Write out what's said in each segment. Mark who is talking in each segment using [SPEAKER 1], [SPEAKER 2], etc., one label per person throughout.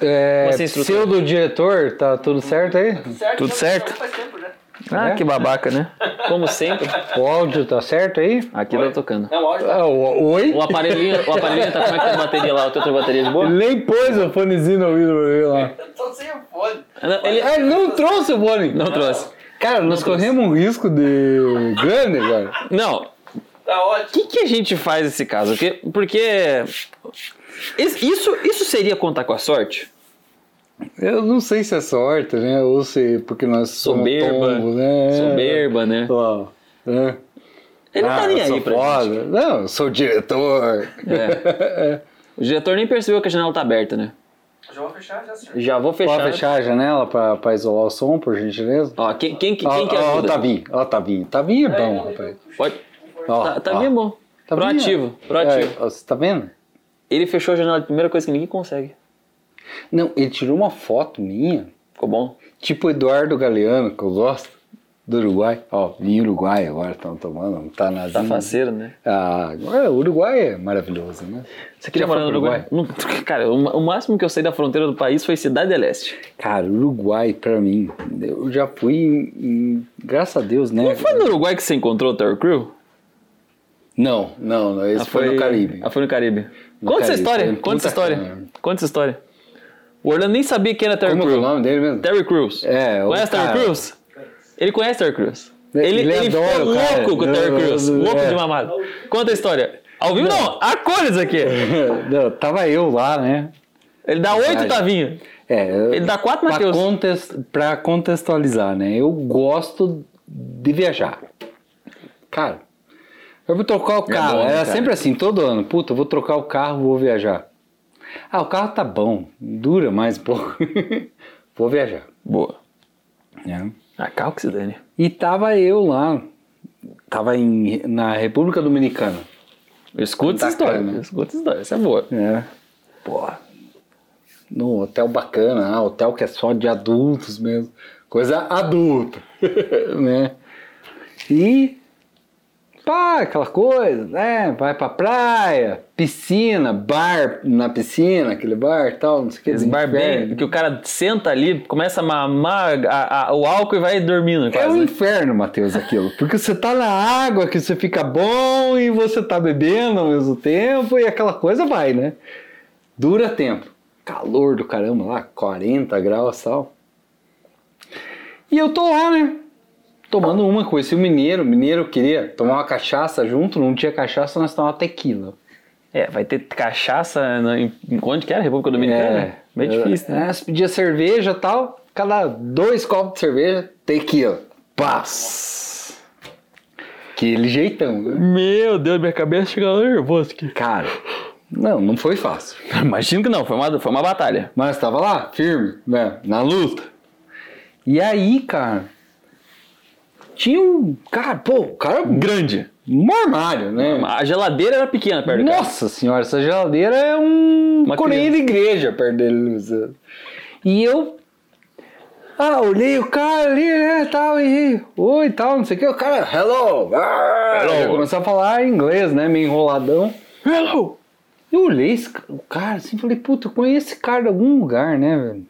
[SPEAKER 1] é,
[SPEAKER 2] Você é instrutor.
[SPEAKER 1] pseudo-diretor, tá tudo certo aí?
[SPEAKER 3] Certo,
[SPEAKER 2] Tudo
[SPEAKER 3] já-
[SPEAKER 2] certo?
[SPEAKER 3] já Faz tempo já.
[SPEAKER 2] Ah,
[SPEAKER 1] É?
[SPEAKER 2] que babaca, né? Como sempre.
[SPEAKER 1] O áudio tá certo aí?
[SPEAKER 2] Aqui
[SPEAKER 3] Oi?
[SPEAKER 2] tá tocando.
[SPEAKER 3] Não, olha,
[SPEAKER 1] Ah, o- oi?
[SPEAKER 2] O aparelhinho, o aparelhinho tá como é que tá a bateria lá? O teu tá a bateria de boa?
[SPEAKER 1] Nem pôs o fonezinho no ouvido pra eu ver lá.
[SPEAKER 3] eu tô sem o fone.
[SPEAKER 2] Não, ele
[SPEAKER 1] Ah, não trouxe o fone.
[SPEAKER 2] não trouxe.
[SPEAKER 1] Cara, nós corremos um risco de grande, cara.
[SPEAKER 2] Não,
[SPEAKER 3] Tá
[SPEAKER 2] o
[SPEAKER 3] ótimo.
[SPEAKER 2] que, que a gente faz nesse caso? Porque, porque is- isso, isso seria contar com a sorte?
[SPEAKER 1] Eu não sei se é sorte, né? Ou se porque nós somos
[SPEAKER 2] Soberba.
[SPEAKER 1] tombos, né?
[SPEAKER 2] Soberba, né?
[SPEAKER 1] Ó, né?
[SPEAKER 2] Ele não
[SPEAKER 1] Ah,
[SPEAKER 2] tá nem
[SPEAKER 1] eu sou
[SPEAKER 2] aí pra
[SPEAKER 1] foda.
[SPEAKER 2] gente.
[SPEAKER 1] Não, eu sou diretor.
[SPEAKER 2] É. O diretor nem percebeu que a janela tá aberta, né?
[SPEAKER 3] Já vou fechar, já senhor.
[SPEAKER 2] Já vou fechar.
[SPEAKER 1] Pode fechar a janela pra, pra isolar o som, por gentileza?
[SPEAKER 2] Ó, quem, quem, que-
[SPEAKER 1] Ó,
[SPEAKER 2] quem que
[SPEAKER 1] ó, o
[SPEAKER 2] ajuda?
[SPEAKER 1] Tavinho, ó, o Tavinho. Tavinho é bom, rapaz.
[SPEAKER 2] Pode...
[SPEAKER 1] Ó,
[SPEAKER 2] Tá, tá
[SPEAKER 1] ó.
[SPEAKER 2] bem bom.
[SPEAKER 1] Tavinho é-
[SPEAKER 2] proativo, proativo.
[SPEAKER 1] É, ó, você tá vendo?
[SPEAKER 2] Ele fechou a janela, a primeira coisa que ninguém consegue.
[SPEAKER 1] Não, ele tirou uma foto minha,
[SPEAKER 2] Ficou bom.
[SPEAKER 1] tipo Eduardo Galeano, que eu gosto, do Uruguai. Ó, vinho Uruguai agora estão tomando, não tá na
[SPEAKER 2] Tá faceiro, né?
[SPEAKER 1] Ah, agora o Uruguai é maravilhoso, né?
[SPEAKER 2] Você queria
[SPEAKER 1] Já foi
[SPEAKER 2] morar no
[SPEAKER 1] pro
[SPEAKER 2] Uruguai? Não, cara, o, ma- o máximo que eu saí da fronteira do país foi Cidade del Leste.
[SPEAKER 1] Cara, Uruguai, pra mim, eu já fui em, em- Graças a Deus, né?
[SPEAKER 2] Não foi no Uruguai que você encontrou o Tower Crew?
[SPEAKER 1] Não, não, não, esse
[SPEAKER 2] Ah,
[SPEAKER 1] foi, no Caribe.
[SPEAKER 2] Ah, foi no Caribe.
[SPEAKER 1] No
[SPEAKER 2] Conta
[SPEAKER 1] Caribe,
[SPEAKER 2] essa
[SPEAKER 1] foi
[SPEAKER 2] história,
[SPEAKER 1] em
[SPEAKER 2] conta
[SPEAKER 1] Punta
[SPEAKER 2] essa história.
[SPEAKER 1] Cana.
[SPEAKER 2] Conta essa história. O Orlando nem sabia quem era Terry
[SPEAKER 1] Como é que é o
[SPEAKER 2] Crews.
[SPEAKER 1] nome dele mesmo?
[SPEAKER 2] Terry Crews.
[SPEAKER 1] É, o
[SPEAKER 2] Conhece Terry
[SPEAKER 1] cara.
[SPEAKER 2] Crews? Ele conhece Terry Crews.
[SPEAKER 1] Ele-
[SPEAKER 2] Ele,
[SPEAKER 1] ele
[SPEAKER 2] ele,
[SPEAKER 1] adora
[SPEAKER 2] ficou
[SPEAKER 1] o cara.
[SPEAKER 2] louco com o Terry
[SPEAKER 1] Eu-
[SPEAKER 2] Crews.
[SPEAKER 1] eu-
[SPEAKER 2] Louco
[SPEAKER 1] é.
[SPEAKER 2] de mamado. Conta a história. Ao vivo não, há cores aqui.
[SPEAKER 1] Não, tava eu lá, né?
[SPEAKER 2] Ele dá oito Tavinho.
[SPEAKER 1] É, eu-
[SPEAKER 2] Ele dá quatro
[SPEAKER 1] pra
[SPEAKER 2] Mateus.
[SPEAKER 1] contes- pra contextualizar, né? Eu gosto de viajar. Cara, eu vou trocar o carro.
[SPEAKER 2] bom, né,
[SPEAKER 1] Era
[SPEAKER 2] cara?
[SPEAKER 1] sempre assim, todo ano. Puta, eu vou trocar o carro, vou viajar. Ah, o carro tá bom. Dura mais um pouco. vou viajar.
[SPEAKER 2] Boa.
[SPEAKER 1] né?
[SPEAKER 2] Ah, carro que se dane.
[SPEAKER 1] E tava eu lá. Tava em, na República Dominicana.
[SPEAKER 2] Eu escuto essa história.
[SPEAKER 1] Tá Bacana.
[SPEAKER 2] Eu escuto essa história. Isso é boa.
[SPEAKER 1] É. Pô. Num hotel bacana, ah, hotel que é só de adultos mesmo. Coisa adulta, né? E pá, aquela coisa, né? Vai pra praia, piscina, bar na piscina, aquele bar e tal, não sei o que.
[SPEAKER 2] Esse
[SPEAKER 1] do
[SPEAKER 2] bar bem,
[SPEAKER 1] inferno.
[SPEAKER 2] que o cara senta ali, começa a mamar a- a- o álcool e vai dormindo
[SPEAKER 1] É
[SPEAKER 2] quase.
[SPEAKER 1] um
[SPEAKER 2] né?
[SPEAKER 1] inferno, Matheus, aquilo. Porque você tá na água, que você fica bom e você tá bebendo ao mesmo tempo e aquela coisa vai, né? Dura tempo. Calor do caramba lá, 40 graus sal. E eu tô lá, né? Tomando uma, conheci o mineiro. O mineiro queria tomar uma cachaça junto, não tinha cachaça, nós tomamos tequila.
[SPEAKER 2] É, vai ter cachaça na, em, em- onde que era? República Dominicana? É, Bem difícil, né?
[SPEAKER 1] É, você pedia cerveja e tal, cada dois copos de cerveja, tequila. Paz! Aquele jeitão, né?
[SPEAKER 2] Meu Deus, minha cabeça chega nervosa aqui.
[SPEAKER 1] Cara, não, não foi fácil.
[SPEAKER 2] Imagino que não, foi uma, foi uma batalha.
[SPEAKER 1] Mas tava lá, firme, né? Na luta. E aí, cara, tinha um cara, pô, o cara
[SPEAKER 2] Grande.
[SPEAKER 1] um armário, né?
[SPEAKER 2] A geladeira era pequena perto do cara.
[SPEAKER 1] Nossa senhora, essa geladeira é um
[SPEAKER 2] Uma
[SPEAKER 1] corinho de igreja perto dele. Luciano. E eu. Ah, olhei o cara ali, né, tal, e oi, tal, não sei o que, o cara, hello, ah,
[SPEAKER 2] Hello.
[SPEAKER 1] já começou a falar em inglês, né, meio enroladão.
[SPEAKER 2] Hello!
[SPEAKER 1] Eu olhei esse ca- o cara assim e falei, puta, eu conheço esse cara de algum lugar, né, velho?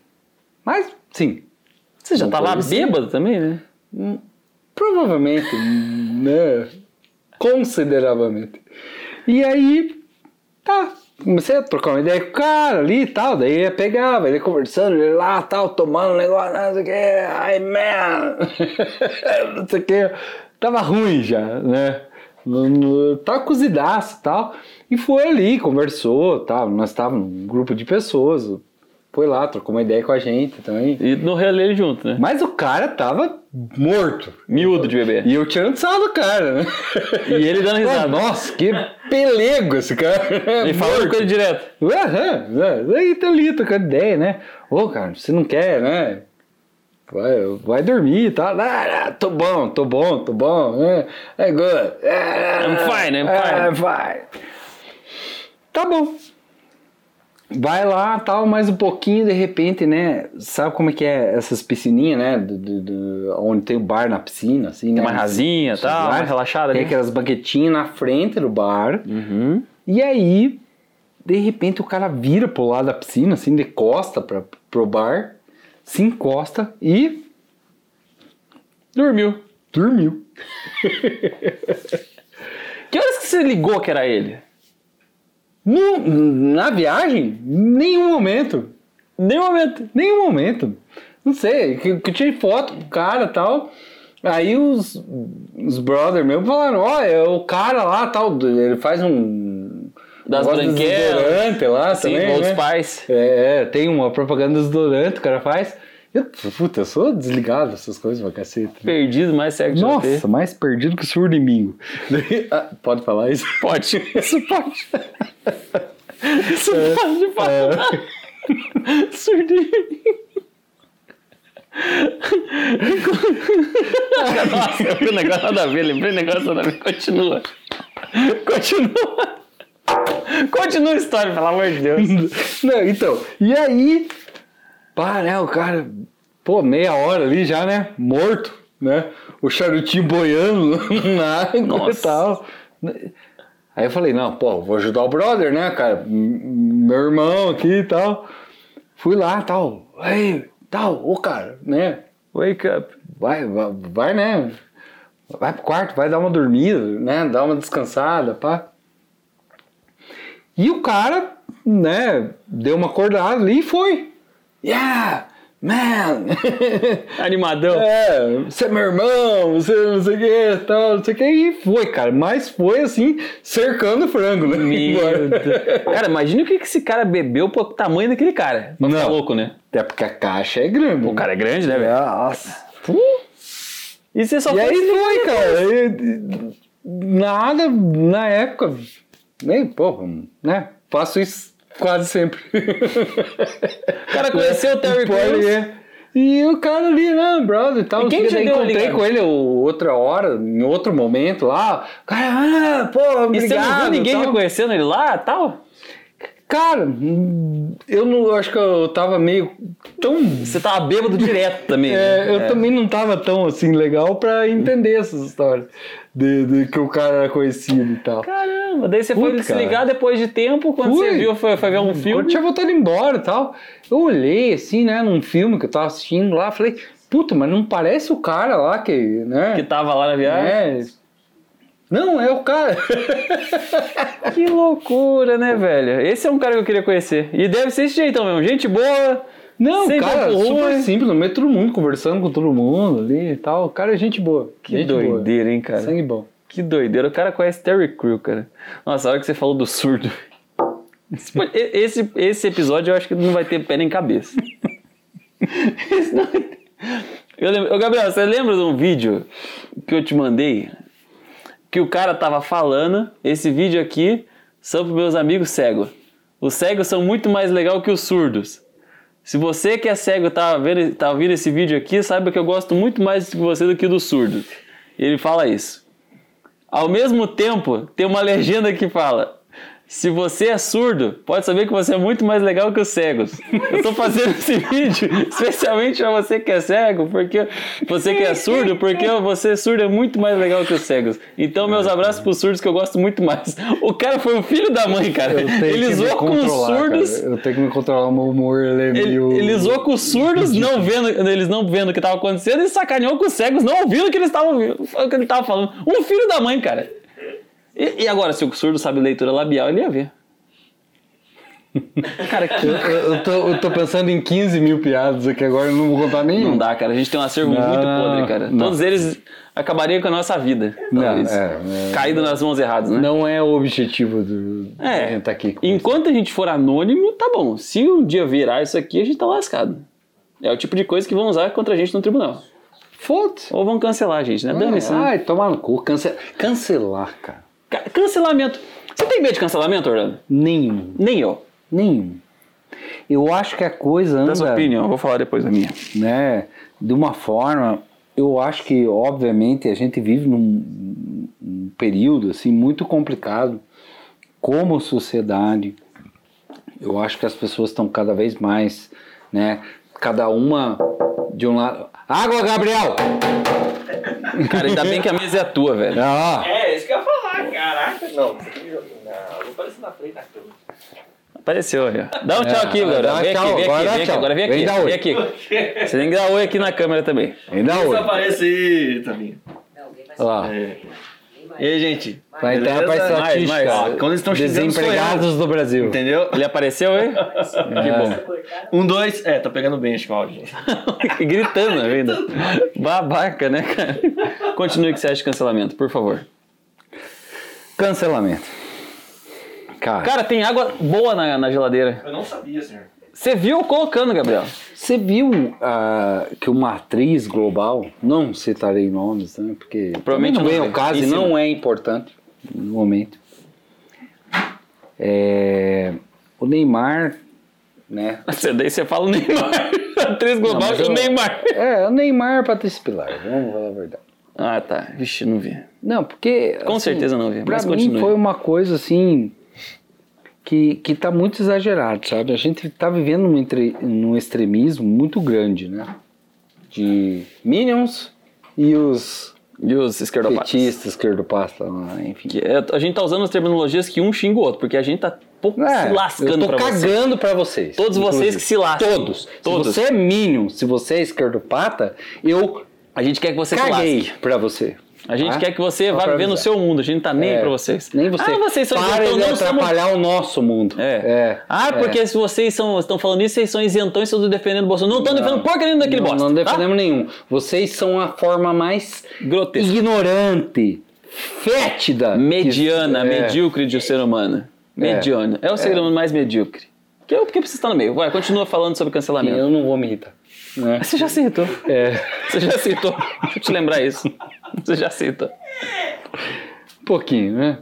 [SPEAKER 1] Mas, sim,
[SPEAKER 2] Você já
[SPEAKER 1] Não assim.
[SPEAKER 2] tava
[SPEAKER 1] pode ser.
[SPEAKER 2] bêbado também, né?
[SPEAKER 1] provavelmente, né, consideravelmente. E aí, tá, comecei a trocar uma ideia com o cara ali e tal, daí eu pegava, ele conversando, ele lá, tal, tomando um negócio, não sei o que, ai, man, não sei o que, tava ruim já, né, No- no- tava cozidaço e tal, e foi ali, conversou, tal, nós estávamos num grupo de pessoas, foi lá, trocou uma ideia com a gente também,
[SPEAKER 2] E no releio junto, né?
[SPEAKER 1] mas o cara tava morto,
[SPEAKER 2] Miúdo de bebê.
[SPEAKER 1] e eu tirando sarro do cara, né?
[SPEAKER 2] E ele dando risada.
[SPEAKER 1] Ué, Nossa, que pelego esse cara.
[SPEAKER 2] Ele falou com ele direto.
[SPEAKER 1] Aham, aí tá ali trocando ideia, né? Ô, cara, você não quer, né? Vai, vai dormir e tal. Ah, ah, tô bom, tô bom, tô bom. né? É good. Ah,
[SPEAKER 2] I'm fine, I'm
[SPEAKER 1] ah, fine. Tá bom. Vai lá, tal, mais um pouquinho, de repente, né? Sabe como é que é essas piscininhas, né? Do, do- do- onde tem o bar na piscina, assim, né?
[SPEAKER 2] tá? Uma rasinha e tal, uma relaxada
[SPEAKER 1] Tem
[SPEAKER 2] ali.
[SPEAKER 1] aquelas banquetinhas na frente do bar.
[SPEAKER 2] Uhum.
[SPEAKER 1] E aí, de repente o cara vira pro lado da piscina, assim, de costa pra, pro bar, se encosta e. Dormiu. Dormiu.
[SPEAKER 2] Que horas que você ligou que era ele?
[SPEAKER 1] No- na viagem, nenhum momento.
[SPEAKER 2] Nenhum momento.
[SPEAKER 1] Nenhum momento. Não sei, que, que eu tirei foto com o cara e tal. Aí os, os brother meu falaram, ó, é o cara lá tal, ele faz um...
[SPEAKER 2] Das
[SPEAKER 1] negócio de
[SPEAKER 2] branquelas.
[SPEAKER 1] desodorante lá
[SPEAKER 2] Sim,
[SPEAKER 1] também,
[SPEAKER 2] Old
[SPEAKER 1] né?
[SPEAKER 2] Spice.
[SPEAKER 1] É, é, tem uma propaganda do desodorante, o cara faz. Eu, puta, eu sou desligado dessas coisas, pra cacete.
[SPEAKER 2] Perdido, mais cego que já teve.
[SPEAKER 1] Nossa, mais perdido que o surdo em bingo. Ah, pode falar isso?
[SPEAKER 2] Pode.
[SPEAKER 1] Isso pode. É,
[SPEAKER 2] Isso pode falar. Surdinho. Nossa, o negócio nada a ver, lembrei o negócio nada a ver. Continua. Continua. Continua a história, pelo amor de Deus.
[SPEAKER 1] Não, então, e aí, pá, né, o cara, pô, meia hora ali já, né, morto, né, o charutinho boiando na água e
[SPEAKER 2] Nossa.
[SPEAKER 1] tal. Aí eu falei, não, pô, vou ajudar o brother, né, cara, m- meu irmão aqui e tal. Fui lá, tal, aí, tal, ô cara, né,
[SPEAKER 2] Wake up.
[SPEAKER 1] vai, vai, vai, né? Vai pro quarto, vai dar uma dormida, né? Dá uma descansada, pá. E o cara, né, deu uma acordada ali e foi. Yeah, man!
[SPEAKER 2] Animadão.
[SPEAKER 1] é, você é meu irmão, você não sei o que, tal, não sei o que. E foi, cara. Mas foi assim, cercando o frango, né?
[SPEAKER 2] Meu Deus. Cara, imagina o que que esse cara bebeu pro tamanho daquele cara. Pra ficar
[SPEAKER 1] Não.
[SPEAKER 2] louco, né?
[SPEAKER 1] Até porque a caixa é grande.
[SPEAKER 2] O cara é grande, né, velho?
[SPEAKER 1] Nossa.
[SPEAKER 2] E você só
[SPEAKER 1] E
[SPEAKER 2] foi
[SPEAKER 1] aí né?
[SPEAKER 2] se ligar
[SPEAKER 1] foi,
[SPEAKER 2] depois.
[SPEAKER 1] cara. E- nada, na época, nem, pô, né? Faço isso quase sempre. O
[SPEAKER 2] cara conheceu o Terry Crews.
[SPEAKER 1] é E o cara ali, né, brother e tal.
[SPEAKER 2] E quem
[SPEAKER 1] não
[SPEAKER 2] te
[SPEAKER 1] sei o que,
[SPEAKER 2] deu a
[SPEAKER 1] daí encontrei
[SPEAKER 2] ligada?
[SPEAKER 1] com ele o- outra hora, em outro momento lá. O Cara, ah, pô,
[SPEAKER 2] E você não viu
[SPEAKER 1] obrigado.
[SPEAKER 2] ninguém
[SPEAKER 1] tal.
[SPEAKER 2] reconhecendo ele lá e tal?
[SPEAKER 1] Cara, hum, eu não eu acho que eu tava meio tão
[SPEAKER 2] Você tava bêbado direto também.
[SPEAKER 1] É,
[SPEAKER 2] né?
[SPEAKER 1] eu também não tava tão assim legal pra entender essas histórias de, de que o cara era conhecido e tal.
[SPEAKER 2] Caramba, daí você foi
[SPEAKER 1] Puta,
[SPEAKER 2] se ligar depois de tempo, quando
[SPEAKER 1] Fui.
[SPEAKER 2] você viu, foi, foi ver um
[SPEAKER 1] Eu
[SPEAKER 2] filme.
[SPEAKER 1] tinha voltado embora e tal. Eu olhei assim, né, num filme que eu tava assistindo lá, falei, puta, mas não parece o cara lá que, né?
[SPEAKER 2] Que tá tava lá na viagem.
[SPEAKER 1] é. Não, é o cara.
[SPEAKER 2] Que loucura, né, velho? Esse é um cara que eu queria conhecer. E deve ser esse jeitão mesmo. Gente boa.
[SPEAKER 1] Não,
[SPEAKER 2] sem
[SPEAKER 1] o cara,
[SPEAKER 2] papo
[SPEAKER 1] super
[SPEAKER 2] ruim.
[SPEAKER 1] simples, no meio de todo mundo, conversando com todo mundo ali e tal. O cara é gente boa.
[SPEAKER 2] Que
[SPEAKER 1] gente
[SPEAKER 2] doideira, hein,
[SPEAKER 1] Boa.
[SPEAKER 2] cara?
[SPEAKER 1] Sangue bom.
[SPEAKER 2] Que doideira. O cara conhece Terry Crew, cara. Nossa, a hora que você falou do surdo. Esse, pod- e- esse, esse episódio eu acho que não vai ter pé nem cabeça. Esse não vai ter. Eu lembro, Ô, Gabriel, você lembra de um vídeo que eu te mandei? Que o cara tava falando, esse vídeo aqui são pros meus amigos cegos. Os cegos são muito mais legal que os surdos. Se você que é cego e tá vendo, tá ouvindo esse vídeo aqui, saiba que eu gosto muito mais de você do que do surdo. E ele fala isso. Ao mesmo tempo, tem uma legenda que fala: se você é surdo, pode saber que você é muito mais legal que os cegos. Eu tô fazendo esse vídeo especialmente pra você que é cego, porque você que é surdo, porque você surdo é muito mais legal que os cegos. Então, meus
[SPEAKER 1] É.
[SPEAKER 2] abraços pros surdos que eu gosto muito mais. O cara foi o filho da mãe, cara.
[SPEAKER 1] Eu tenho
[SPEAKER 2] Ele
[SPEAKER 1] que me
[SPEAKER 2] zoou com os
[SPEAKER 1] controlar, cara.
[SPEAKER 2] surdos.
[SPEAKER 1] Eu tenho que me controlar, o meu humor ele é
[SPEAKER 2] Ele,
[SPEAKER 1] meio...
[SPEAKER 2] ele zoou com os surdos, não vendo, eles não vendo o que tava acontecendo, e sacaneou com os cegos, não ouvindo o que eles estavam ouvindo, o que ele tava falando. Um filho da mãe, cara. E, e agora, se o surdo sabe leitura labial, ele ia ver. cara,
[SPEAKER 1] Eu,
[SPEAKER 2] que.
[SPEAKER 1] eu- eu tô, eu tô pensando em 15 mil piadas aqui agora, eu não vou contar nenhum.
[SPEAKER 2] Não dá, cara. A gente tem um acervo
[SPEAKER 1] Não,
[SPEAKER 2] muito
[SPEAKER 1] não,
[SPEAKER 2] podre, cara.
[SPEAKER 1] não.
[SPEAKER 2] Todos eles acabariam com a nossa vida.
[SPEAKER 1] Não,
[SPEAKER 2] Talvez.
[SPEAKER 1] é, é.
[SPEAKER 2] Caído nas mãos erradas, né?
[SPEAKER 1] Não é o objetivo do
[SPEAKER 2] É.
[SPEAKER 1] de estar aqui. com
[SPEAKER 2] Enquanto a gente for anônimo, tá bom. Se um dia virar isso aqui, a gente tá lascado. É o tipo de coisa que vão usar contra a gente no tribunal.
[SPEAKER 1] você. Foda-se.
[SPEAKER 2] Ou vão cancelar a gente, né? Dane-se, né?
[SPEAKER 1] Ai, tomar no cu. Cance... Cancelar, cara.
[SPEAKER 2] Ca- Cancelamento. Você tem medo de cancelamento, Orlando?
[SPEAKER 1] Nenhum.
[SPEAKER 2] Nem eu.
[SPEAKER 1] Nenhum. Eu acho que a coisa
[SPEAKER 2] Da sua
[SPEAKER 1] anda,
[SPEAKER 2] opinião, eu vou falar depois da minha.
[SPEAKER 1] né, de uma forma... Eu acho que, obviamente, a gente vive num um período, assim, muito complicado como sociedade. Eu acho que as pessoas estão cada vez mais, né, cada uma de um lado... Água, Gabriel!
[SPEAKER 2] Cara, ainda bem que a mesa é a tua, velho.
[SPEAKER 1] Ah,
[SPEAKER 4] é
[SPEAKER 3] É, isso que eu ia falar, caraca. Não, você tem que jogar. Não, eu vou aparecer na frente da câmera.
[SPEAKER 2] Apareceu aí, ó. Dá um tchau aqui,
[SPEAKER 1] É, dá
[SPEAKER 2] Gabriel.
[SPEAKER 1] um
[SPEAKER 2] Vem
[SPEAKER 1] tchau,
[SPEAKER 2] aqui, vem
[SPEAKER 1] agora
[SPEAKER 2] aqui,
[SPEAKER 1] dá
[SPEAKER 2] vem aqui.
[SPEAKER 1] tchau.
[SPEAKER 2] Agora vem
[SPEAKER 1] Vem
[SPEAKER 2] aqui,
[SPEAKER 1] dar oi.
[SPEAKER 2] vem aqui. Você tem que dar oi aqui na câmera também.
[SPEAKER 1] Ainda hoje.
[SPEAKER 4] Desaparece aí, Taminha.
[SPEAKER 1] Olha lá.
[SPEAKER 4] É. E aí, gente?
[SPEAKER 1] Vai entrar pra
[SPEAKER 4] Beleza?
[SPEAKER 1] estatística.
[SPEAKER 2] Mais, mais.
[SPEAKER 4] Ó, quando eles estão xingando, sou eu.
[SPEAKER 1] Desempregados do Brasil.
[SPEAKER 4] Entendeu?
[SPEAKER 2] Ele apareceu aí?
[SPEAKER 1] É.
[SPEAKER 4] Um, dois. É, tá pegando bem, acho que o áudio. gente.
[SPEAKER 2] Gritando ainda. Babaca, né, cara? Continue o que você acha de cancelamento, por favor.
[SPEAKER 1] Cancelamento. Cara,
[SPEAKER 2] Cara, tem água boa na, na geladeira.
[SPEAKER 4] Eu não sabia, senhor.
[SPEAKER 2] Você viu eu colocando, Gabriel?
[SPEAKER 1] você viu ah, que uma atriz global, não citarei nomes, né, porque
[SPEAKER 2] Provavelmente
[SPEAKER 1] também
[SPEAKER 2] não
[SPEAKER 1] não é
[SPEAKER 2] vem.
[SPEAKER 1] o caso e
[SPEAKER 2] Ensina.
[SPEAKER 1] não é importante no momento. É, o Neymar, né?
[SPEAKER 2] Você, daí você fala o Neymar. Atriz global
[SPEAKER 1] mas
[SPEAKER 2] e o
[SPEAKER 1] eu-
[SPEAKER 2] Neymar.
[SPEAKER 1] É, o Neymar Patrícia Pilar, vamos falar a verdade.
[SPEAKER 2] Ah, tá. Vixe, não vi.
[SPEAKER 1] Não, porque. assim,
[SPEAKER 2] Com certeza não vi,
[SPEAKER 1] Pra
[SPEAKER 2] mas
[SPEAKER 1] mim
[SPEAKER 2] continue.
[SPEAKER 1] foi uma coisa assim. Que, que tá muito exagerado, sabe? A gente tá vivendo num, entre, num extremismo muito grande, né? De Minions e os
[SPEAKER 2] E os esquerdopatas?
[SPEAKER 1] petistas, esquerdopasta, lá, enfim.
[SPEAKER 2] Que é- a gente tá usando as terminologias que um xinga o outro, porque a gente tá pouco se
[SPEAKER 1] É, eu
[SPEAKER 2] lascando
[SPEAKER 1] tô
[SPEAKER 2] pra você.
[SPEAKER 1] cagando pra vocês. Então, assim,
[SPEAKER 2] Todos vocês que se lascam.
[SPEAKER 1] Todos. Se
[SPEAKER 2] Todos.
[SPEAKER 1] você é Minion, se você é esquerdopata, eu
[SPEAKER 2] A gente quer que você se
[SPEAKER 1] caguei
[SPEAKER 2] lasque.
[SPEAKER 1] pra você.
[SPEAKER 2] A gente
[SPEAKER 1] tá?
[SPEAKER 2] quer que você
[SPEAKER 1] Só
[SPEAKER 2] vá
[SPEAKER 1] pra
[SPEAKER 2] viver no
[SPEAKER 1] avisar.
[SPEAKER 2] seu mundo. A gente tá nem aí
[SPEAKER 1] É,
[SPEAKER 2] pra vocês.
[SPEAKER 1] Nem você.
[SPEAKER 2] Ah, vocês são
[SPEAKER 1] Parem
[SPEAKER 2] isentão,
[SPEAKER 1] de
[SPEAKER 2] não somos...
[SPEAKER 1] atrapalhar o nosso mundo.
[SPEAKER 2] É.
[SPEAKER 1] É.
[SPEAKER 2] Ah,
[SPEAKER 1] É.
[SPEAKER 2] porque se vocês são, estão falando isso, vocês são isentões, vocês estão defendendo o Bolsonaro. Não estão defendendo porca nenhuma daquele
[SPEAKER 1] não,
[SPEAKER 2] bosta.
[SPEAKER 1] Não
[SPEAKER 2] tá?
[SPEAKER 1] defendemos nenhum. Vocês são a forma mais
[SPEAKER 2] Grotesca.
[SPEAKER 1] ignorante, fétida.
[SPEAKER 2] Mediana,
[SPEAKER 1] que- é.
[SPEAKER 2] medíocre de um ser humano. Mediana. É o ser humano mais medíocre. Que é o que precisa estar no meio. Vai, continua falando sobre
[SPEAKER 1] E
[SPEAKER 2] cancelamento.
[SPEAKER 1] Eu não vou me irritar. né?
[SPEAKER 2] Você já citou.
[SPEAKER 1] É,
[SPEAKER 2] Você já citou. Deixa eu te lembrar isso. Você já citou.
[SPEAKER 1] um pouquinho, né?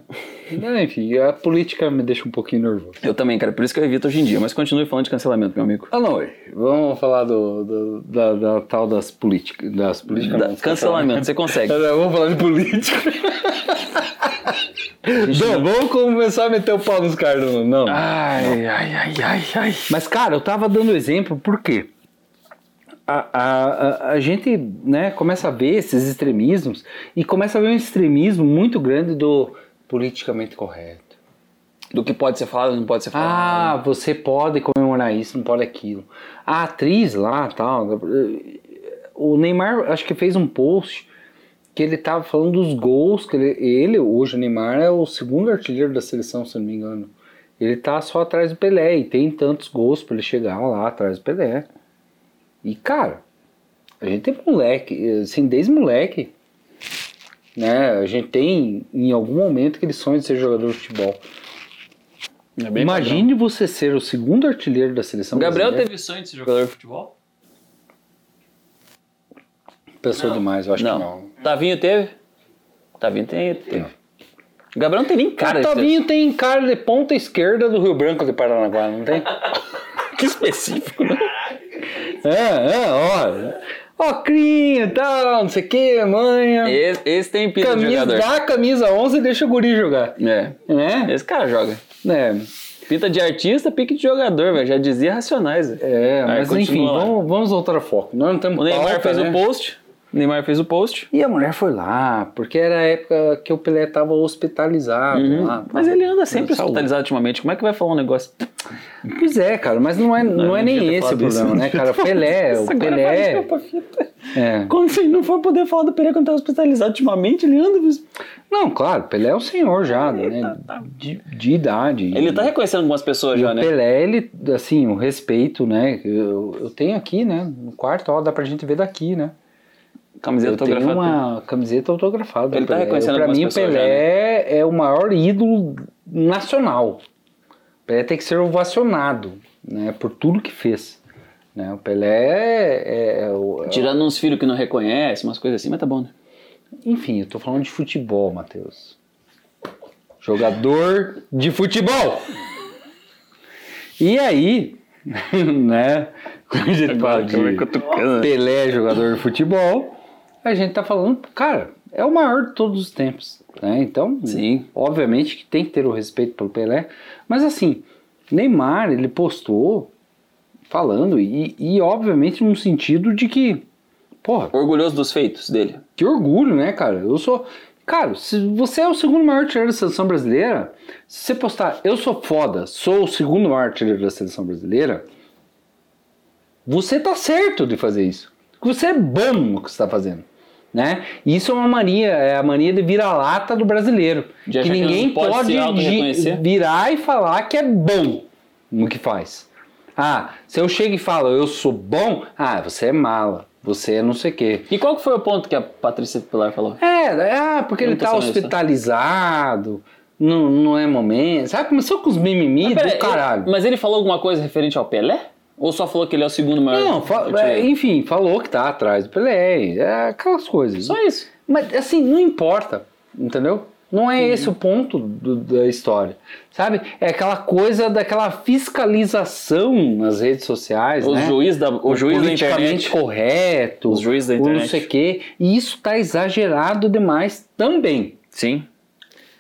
[SPEAKER 1] Não, enfim, a política me deixa um pouquinho nervoso.
[SPEAKER 2] Eu também, cara. Por isso que eu evito hoje em dia. Mas continue falando de cancelamento, meu amigo.
[SPEAKER 1] Ah, não, vamos falar do, do- da, da tal das políticas. Das políticas
[SPEAKER 2] Da-
[SPEAKER 1] não,
[SPEAKER 2] cancelamento, você consegue.
[SPEAKER 1] Tá, Vamos falar de política. não, vamos começar a meter o pau nos caras, não. não.
[SPEAKER 2] Ai, ai, ai, ai, ai.
[SPEAKER 1] Mas, cara, eu tava dando exemplo porque a, a, a, a gente né, começa a ver esses extremismos e começa a ver um extremismo muito grande do politicamente correto.
[SPEAKER 2] Do que pode ser falado, não pode ser falado.
[SPEAKER 1] Ah, você pode comemorar isso, não pode aquilo. A atriz lá, tal, o Neymar acho que fez um post que ele tava falando dos gols que ele, ele, hoje o Neymar é o segundo artilheiro da seleção, se eu não me engano. Ele tá só atrás do Pelé e tem tantos gols pra ele chegar lá atrás do Pelé. E cara, a gente é moleque, assim, desde moleque, né? A gente tem em algum momento aquele sonho de ser jogador de futebol.
[SPEAKER 2] É bem
[SPEAKER 1] Imagine você ser o segundo artilheiro da seleção.
[SPEAKER 2] O Gabriel
[SPEAKER 1] brasileira.
[SPEAKER 2] teve sonho de ser jogador de futebol?
[SPEAKER 1] Pensou demais, eu acho
[SPEAKER 2] não.
[SPEAKER 1] que não.
[SPEAKER 2] Tavinho teve? Tavinho tem, teve.
[SPEAKER 1] Não.
[SPEAKER 2] O Gabriel não tem nem cara.
[SPEAKER 1] o
[SPEAKER 2] de ter-
[SPEAKER 1] Tavinho tem cara de ponta esquerda do Rio Branco de Paranaguá, não tem?
[SPEAKER 2] Que específico, né?
[SPEAKER 1] é, é, ó. Ó, crinha e tal, não sei o que, manha.
[SPEAKER 2] Esse, esse tem pinta de
[SPEAKER 1] Camisa,
[SPEAKER 2] é jogador.
[SPEAKER 1] dá a camisa 11 e deixa o guri jogar.
[SPEAKER 2] É.
[SPEAKER 1] Né?
[SPEAKER 2] Esse cara joga.
[SPEAKER 1] É,
[SPEAKER 2] Pinta de artista, pique de jogador, velho. Já dizia Racionais. velho.
[SPEAKER 1] é
[SPEAKER 2] Aí,
[SPEAKER 1] mas enfim,
[SPEAKER 2] continua lá.
[SPEAKER 1] vamos, vamos voltar ao foco. Nós não temos
[SPEAKER 2] O Neymar
[SPEAKER 1] pauta,
[SPEAKER 2] fez
[SPEAKER 1] né?
[SPEAKER 2] o post. O Neymar fez o post.
[SPEAKER 1] E a mulher foi lá, porque era a época que o Pelé tava hospitalizado lá.
[SPEAKER 2] Uhum. Mas
[SPEAKER 1] tava-
[SPEAKER 2] ele anda sempre
[SPEAKER 1] Saúde.
[SPEAKER 2] hospitalizado ultimamente. Como é que vai falar um negócio?
[SPEAKER 1] Pois é, cara, mas não é, não,
[SPEAKER 2] não
[SPEAKER 1] é
[SPEAKER 2] devia
[SPEAKER 1] nem
[SPEAKER 2] ter
[SPEAKER 1] esse o
[SPEAKER 2] falado isso,
[SPEAKER 1] problema,
[SPEAKER 2] não
[SPEAKER 1] né, cara? O Pelé, o
[SPEAKER 2] Isso agora parece
[SPEAKER 1] Pelé.
[SPEAKER 2] que é uma fita.
[SPEAKER 1] É.
[SPEAKER 2] Quando você não for poder falar do Pelé quando tá hospitalizado ultimamente, ele anda.
[SPEAKER 1] Não, claro, o Pelé é o senhor já,
[SPEAKER 2] tá,
[SPEAKER 1] né? De, de idade.
[SPEAKER 2] Ele tá reconhecendo algumas pessoas
[SPEAKER 1] E
[SPEAKER 2] já,
[SPEAKER 1] o
[SPEAKER 2] né?
[SPEAKER 1] Pelé, ele, assim, o respeito, né? Eu, eu tenho aqui, né? No quarto, ó, dá pra gente ver daqui, né?
[SPEAKER 2] Camiseta
[SPEAKER 1] Eu tenho
[SPEAKER 2] autografada.
[SPEAKER 1] uma camiseta autografada. do
[SPEAKER 2] Ele tá
[SPEAKER 1] Pelé.
[SPEAKER 2] reconhecendo
[SPEAKER 1] Pra
[SPEAKER 2] algumas
[SPEAKER 1] mim, o
[SPEAKER 2] pessoas já, né?
[SPEAKER 1] Pelé é o maior ídolo nacional. O Pelé tem que ser ovacionado, né? Por tudo que fez. Né? O Pelé é, é o- é o-
[SPEAKER 2] Tirando uns filhos que não reconhece, umas coisas assim, mas tá bom, né?
[SPEAKER 1] Enfim, eu tô falando de futebol, Matheus. Jogador de futebol! E aí, né? Quando a gente fala de Pelé, jogador de futebol, a gente tá falando, cara, é o maior de todos os tempos. Né? Então,
[SPEAKER 2] Sim.
[SPEAKER 1] obviamente que tem que ter o respeito pelo Pelé. Mas assim, Neymar, ele postou falando, e, e obviamente num sentido de que, porra,
[SPEAKER 2] Orgulhoso dos feitos dele.
[SPEAKER 1] que orgulho, né, cara? Eu sou. Cara, se você é o segundo maior artilheiro da seleção brasileira, se você postar eu sou foda, sou o segundo maior artilheiro da seleção brasileira, você tá certo de fazer isso. Você é bom no que você tá fazendo. Né? E Isso é uma mania, é a mania de vira-lata do brasileiro.
[SPEAKER 2] De
[SPEAKER 1] que
[SPEAKER 2] achar que
[SPEAKER 1] ninguém
[SPEAKER 2] não pode se
[SPEAKER 1] pode, gi-
[SPEAKER 2] auto-reconhecer.
[SPEAKER 1] virar e falar que é bom no que faz. Ah, se eu chego e falo eu sou bom, ah, você é mala, você é não sei o quê.
[SPEAKER 2] E qual que foi o ponto que a Patrícia Pilar falou?
[SPEAKER 1] É, ah, porque
[SPEAKER 2] Eu
[SPEAKER 1] ele
[SPEAKER 2] não tô
[SPEAKER 1] tá
[SPEAKER 2] sabendo isso.
[SPEAKER 1] hospitalizado, não, não é momento. Sabe, começou com os mimimi
[SPEAKER 2] Pera,
[SPEAKER 1] do caralho.
[SPEAKER 2] Ele, mas ele falou alguma coisa referente ao Pelé? Ou só falou que ele é o segundo maior?
[SPEAKER 1] Não, fa- é,
[SPEAKER 2] artilheiro?
[SPEAKER 1] enfim, falou que tá atrás do Pelé, é, aquelas coisas.
[SPEAKER 2] Só isso.
[SPEAKER 1] Mas assim, não importa, entendeu? Não
[SPEAKER 2] Uhum.
[SPEAKER 1] é esse o ponto do- da história, sabe? É aquela coisa daquela fiscalização nas redes sociais,
[SPEAKER 2] O
[SPEAKER 1] né?
[SPEAKER 2] juiz da, o juiz da
[SPEAKER 1] politicamente
[SPEAKER 2] internet.
[SPEAKER 1] correto,
[SPEAKER 2] Os juízes da
[SPEAKER 1] o não
[SPEAKER 2] internet.
[SPEAKER 1] sei o quê. E isso tá exagerado demais também.
[SPEAKER 2] Sim.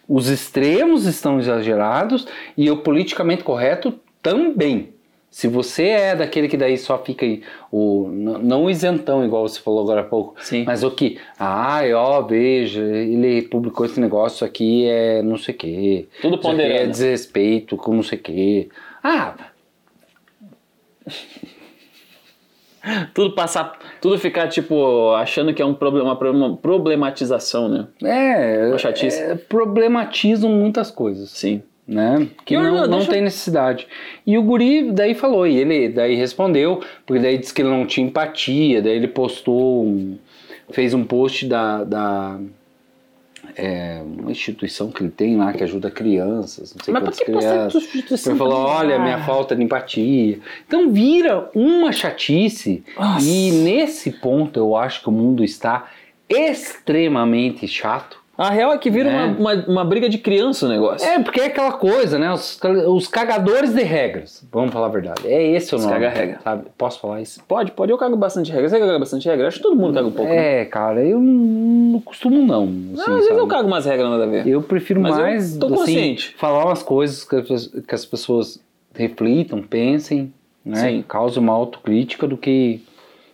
[SPEAKER 1] Os extremos estão exagerados e o politicamente correto também. Se você é daquele que daí só fica aí, o, n- não o isentão, igual você falou agora há pouco,
[SPEAKER 2] Sim.
[SPEAKER 1] mas o que, ai, ó, veja, ele publicou esse negócio aqui, é não sei o quê.
[SPEAKER 2] Tudo
[SPEAKER 1] Isso aqui É
[SPEAKER 2] ponderado.
[SPEAKER 1] desrespeito com não sei o quê. Ah,
[SPEAKER 2] Tudo passar. Tudo ficar, tipo, achando que é um problema, uma problema- problematização, né?
[SPEAKER 1] é,
[SPEAKER 2] Uma chatice.
[SPEAKER 1] é, problematizam muitas coisas.
[SPEAKER 2] Sim.
[SPEAKER 1] né? Que
[SPEAKER 2] E,
[SPEAKER 1] não,
[SPEAKER 2] Orlando,
[SPEAKER 1] não
[SPEAKER 2] deixa eu-
[SPEAKER 1] tem necessidade. E o guri daí falou, e ele daí respondeu, porque daí disse que ele não tinha empatia, daí ele postou, um- fez um post da, da é, uma instituição que ele tem lá que ajuda crianças, não sei
[SPEAKER 2] Mas por
[SPEAKER 1] quantas
[SPEAKER 2] que postar
[SPEAKER 1] crianças.
[SPEAKER 2] prostituição?
[SPEAKER 1] Ele falou,
[SPEAKER 2] Ah,
[SPEAKER 1] olha, minha falta de empatia. Então vira uma chatice.
[SPEAKER 2] Nossa.
[SPEAKER 1] E nesse ponto eu acho que o mundo está extremamente chato.
[SPEAKER 2] A real é que vira
[SPEAKER 1] Né?
[SPEAKER 2] uma, uma, uma briga de criança o negócio.
[SPEAKER 1] É, porque é aquela coisa, né? Os, os cagadores de regras. Vamos falar a verdade. É esse o
[SPEAKER 2] Os
[SPEAKER 1] nome.
[SPEAKER 2] caga-regra.
[SPEAKER 1] sabe? Posso falar isso?
[SPEAKER 2] Pode, pode. Eu cago bastante regra. Você caga bastante regra? Acho que todo mundo caga um pouco. né?
[SPEAKER 1] É, cara, eu não não costumo não. assim,
[SPEAKER 2] Não, às vezes
[SPEAKER 1] sabe?
[SPEAKER 2] eu cago umas regras nada a ver.
[SPEAKER 1] Eu prefiro
[SPEAKER 2] Mas eu
[SPEAKER 1] mais
[SPEAKER 2] tô
[SPEAKER 1] assim,
[SPEAKER 2] consciente.
[SPEAKER 1] falar umas coisas que as, pessoas- que as pessoas reflitam, pensem, né?
[SPEAKER 2] Sim.
[SPEAKER 1] E cause uma autocrítica do que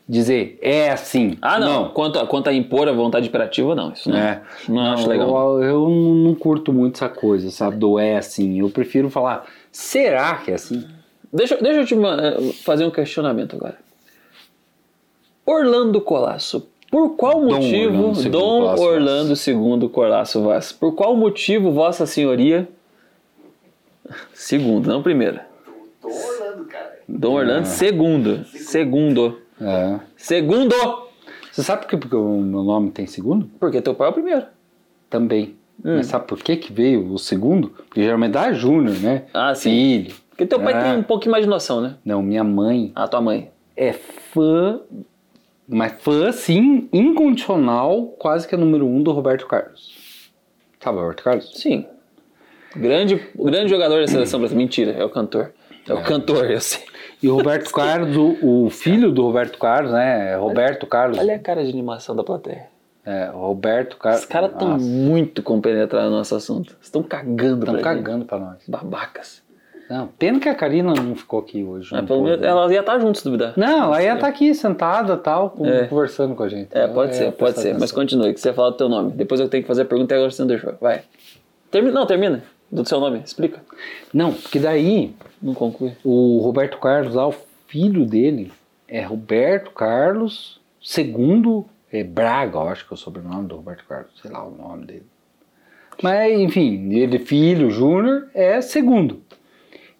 [SPEAKER 1] dizer é assim.
[SPEAKER 2] Ah, não. Quanto, a, quanto a impor a vontade imperativa, não. Isso
[SPEAKER 1] Não.
[SPEAKER 2] não,
[SPEAKER 1] É.
[SPEAKER 2] não, acho legal.
[SPEAKER 1] Eu, eu não curto muito essa coisa, sabe? Do é assim. Eu prefiro falar, será que é assim?
[SPEAKER 2] Deixa, deixa eu te ma- eh, fazer um questionamento agora. Orlando Colasso, por qual
[SPEAKER 1] Dom
[SPEAKER 2] motivo
[SPEAKER 1] Orlando II
[SPEAKER 2] Dom
[SPEAKER 1] Colasso
[SPEAKER 2] Orlando II Colasso Vaz? Por qual motivo Vossa Senhoria segundo, não primeiro.
[SPEAKER 3] Tô orlando, cara.
[SPEAKER 2] Dom
[SPEAKER 1] Ah.
[SPEAKER 2] Orlando segundo, segundo,
[SPEAKER 1] É.
[SPEAKER 2] segundo.
[SPEAKER 1] Você sabe por que porque o meu nome tem segundo?
[SPEAKER 2] Porque teu pai é o primeiro.
[SPEAKER 1] Também. Mas sabe por que, que veio o segundo? Porque geralmente dá Júnior, né?
[SPEAKER 2] Ah, sim.
[SPEAKER 1] Filho.
[SPEAKER 2] Porque teu pai
[SPEAKER 1] É.
[SPEAKER 2] tem um pouquinho mais de noção, né?
[SPEAKER 1] Não, minha mãe
[SPEAKER 2] Ah, tua mãe.
[SPEAKER 1] é fã, mas fã, sim, incondicional, quase que é número um do Roberto Carlos. Sabe o Roberto Carlos?
[SPEAKER 2] Sim. Grande, grande jogador da seleção brasileira. Mentira, é o cantor. É o cantor, eu sei.
[SPEAKER 1] E o Roberto Carlos, o, o filho do Roberto Carlos, né? é Roberto Carlos.
[SPEAKER 2] Olha a cara de animação da plateia.
[SPEAKER 1] É, Roberto Carlos.
[SPEAKER 2] Os caras estão muito compenetrados no nosso assunto. Estão cagando,
[SPEAKER 1] Estão
[SPEAKER 2] pra gente.
[SPEAKER 1] cagando pra nós.
[SPEAKER 2] Babacas.
[SPEAKER 1] Não, pena que a Karina não ficou aqui hoje. não
[SPEAKER 2] Mas É, pelo
[SPEAKER 1] pôde. né?
[SPEAKER 2] menos ela ia estar junto, se duvidar.
[SPEAKER 1] Não, ela ia estar aqui sentada tal, com-
[SPEAKER 2] É.
[SPEAKER 1] conversando com a gente.
[SPEAKER 2] É,
[SPEAKER 1] Ela
[SPEAKER 2] pode
[SPEAKER 1] ia
[SPEAKER 2] ser, pode
[SPEAKER 1] prestar
[SPEAKER 2] ser. Mas
[SPEAKER 1] atenção.
[SPEAKER 2] continue, que você ia falar do teu nome. Depois eu tenho que fazer a pergunta e agora você não deixou. Vai. Termina, não, termina. Do seu nome, explica.
[SPEAKER 1] Não, porque daí
[SPEAKER 2] Não conclui.
[SPEAKER 1] o Roberto Carlos, lá, o filho dele, é Roberto Carlos, segundo é Braga, eu acho que é o sobrenome do Roberto Carlos, sei lá o nome dele. Mas, enfim, ele, filho, Júnior, é segundo.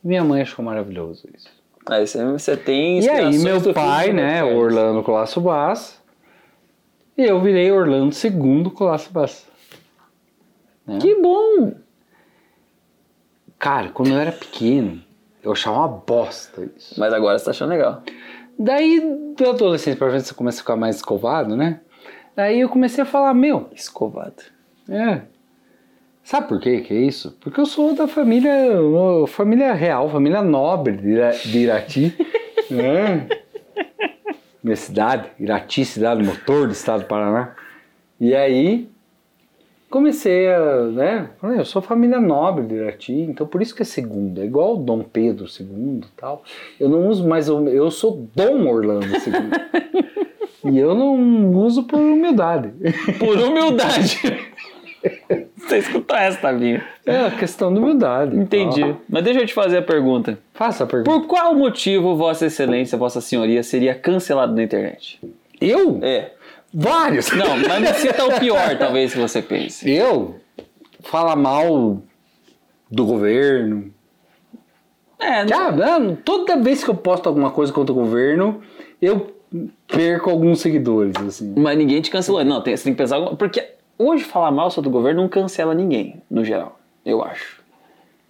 [SPEAKER 1] Minha mãe achou maravilhoso isso.
[SPEAKER 2] Ah, Aí você, você tem
[SPEAKER 1] E aí,
[SPEAKER 2] inspirações do
[SPEAKER 1] meu
[SPEAKER 2] filho
[SPEAKER 1] pai,
[SPEAKER 2] do
[SPEAKER 1] né,
[SPEAKER 2] Roberto Carlos.
[SPEAKER 1] Orlando Colasso Bass, e eu virei Orlando segundo Colasso Bass.
[SPEAKER 2] Que bom!
[SPEAKER 1] Cara, quando eu era pequeno, eu achava uma bosta isso.
[SPEAKER 2] Mas agora você tá achando legal.
[SPEAKER 1] Daí, da adolescência pra frente, você começa a ficar mais escovado, né? Daí eu comecei a falar, meu,
[SPEAKER 2] Escovado.
[SPEAKER 1] é... Sabe por quê que é isso? Porque eu sou da família, uma família real, família nobre de, Ira- de Irati. né? Minha cidade, Irati, cidade motor do estado do Paraná. E aí, comecei a, né? falei, Eu sou família nobre de Irati, então por isso que é segundo. É igual o Dom Pedro II e tal. Eu não uso mais, o- eu sou Dom Orlando II. e eu não uso por humildade.
[SPEAKER 2] Por humildade. Você escutou essa, Tavinho?
[SPEAKER 1] É a questão de humildade.
[SPEAKER 2] Entendi.
[SPEAKER 1] Ó,
[SPEAKER 2] Mas deixa eu te fazer a pergunta.
[SPEAKER 1] faça a pergunta.
[SPEAKER 2] Por qual motivo Vossa Excelência, Vossa Senhoria seria cancelado na internet?
[SPEAKER 1] Eu?
[SPEAKER 2] É.
[SPEAKER 1] Vários.
[SPEAKER 2] Não, mas me cita o pior, talvez, que você pense.
[SPEAKER 1] Eu? Fala mal do governo.
[SPEAKER 2] É,
[SPEAKER 1] Já, né, toda vez que eu posto alguma coisa contra o governo, eu perco alguns seguidores, assim.
[SPEAKER 2] Mas ninguém te cancelou. Não, tem, você tem que pensar. alguma- Porque hoje falar mal sobre o governo não cancela ninguém, no geral. Eu acho.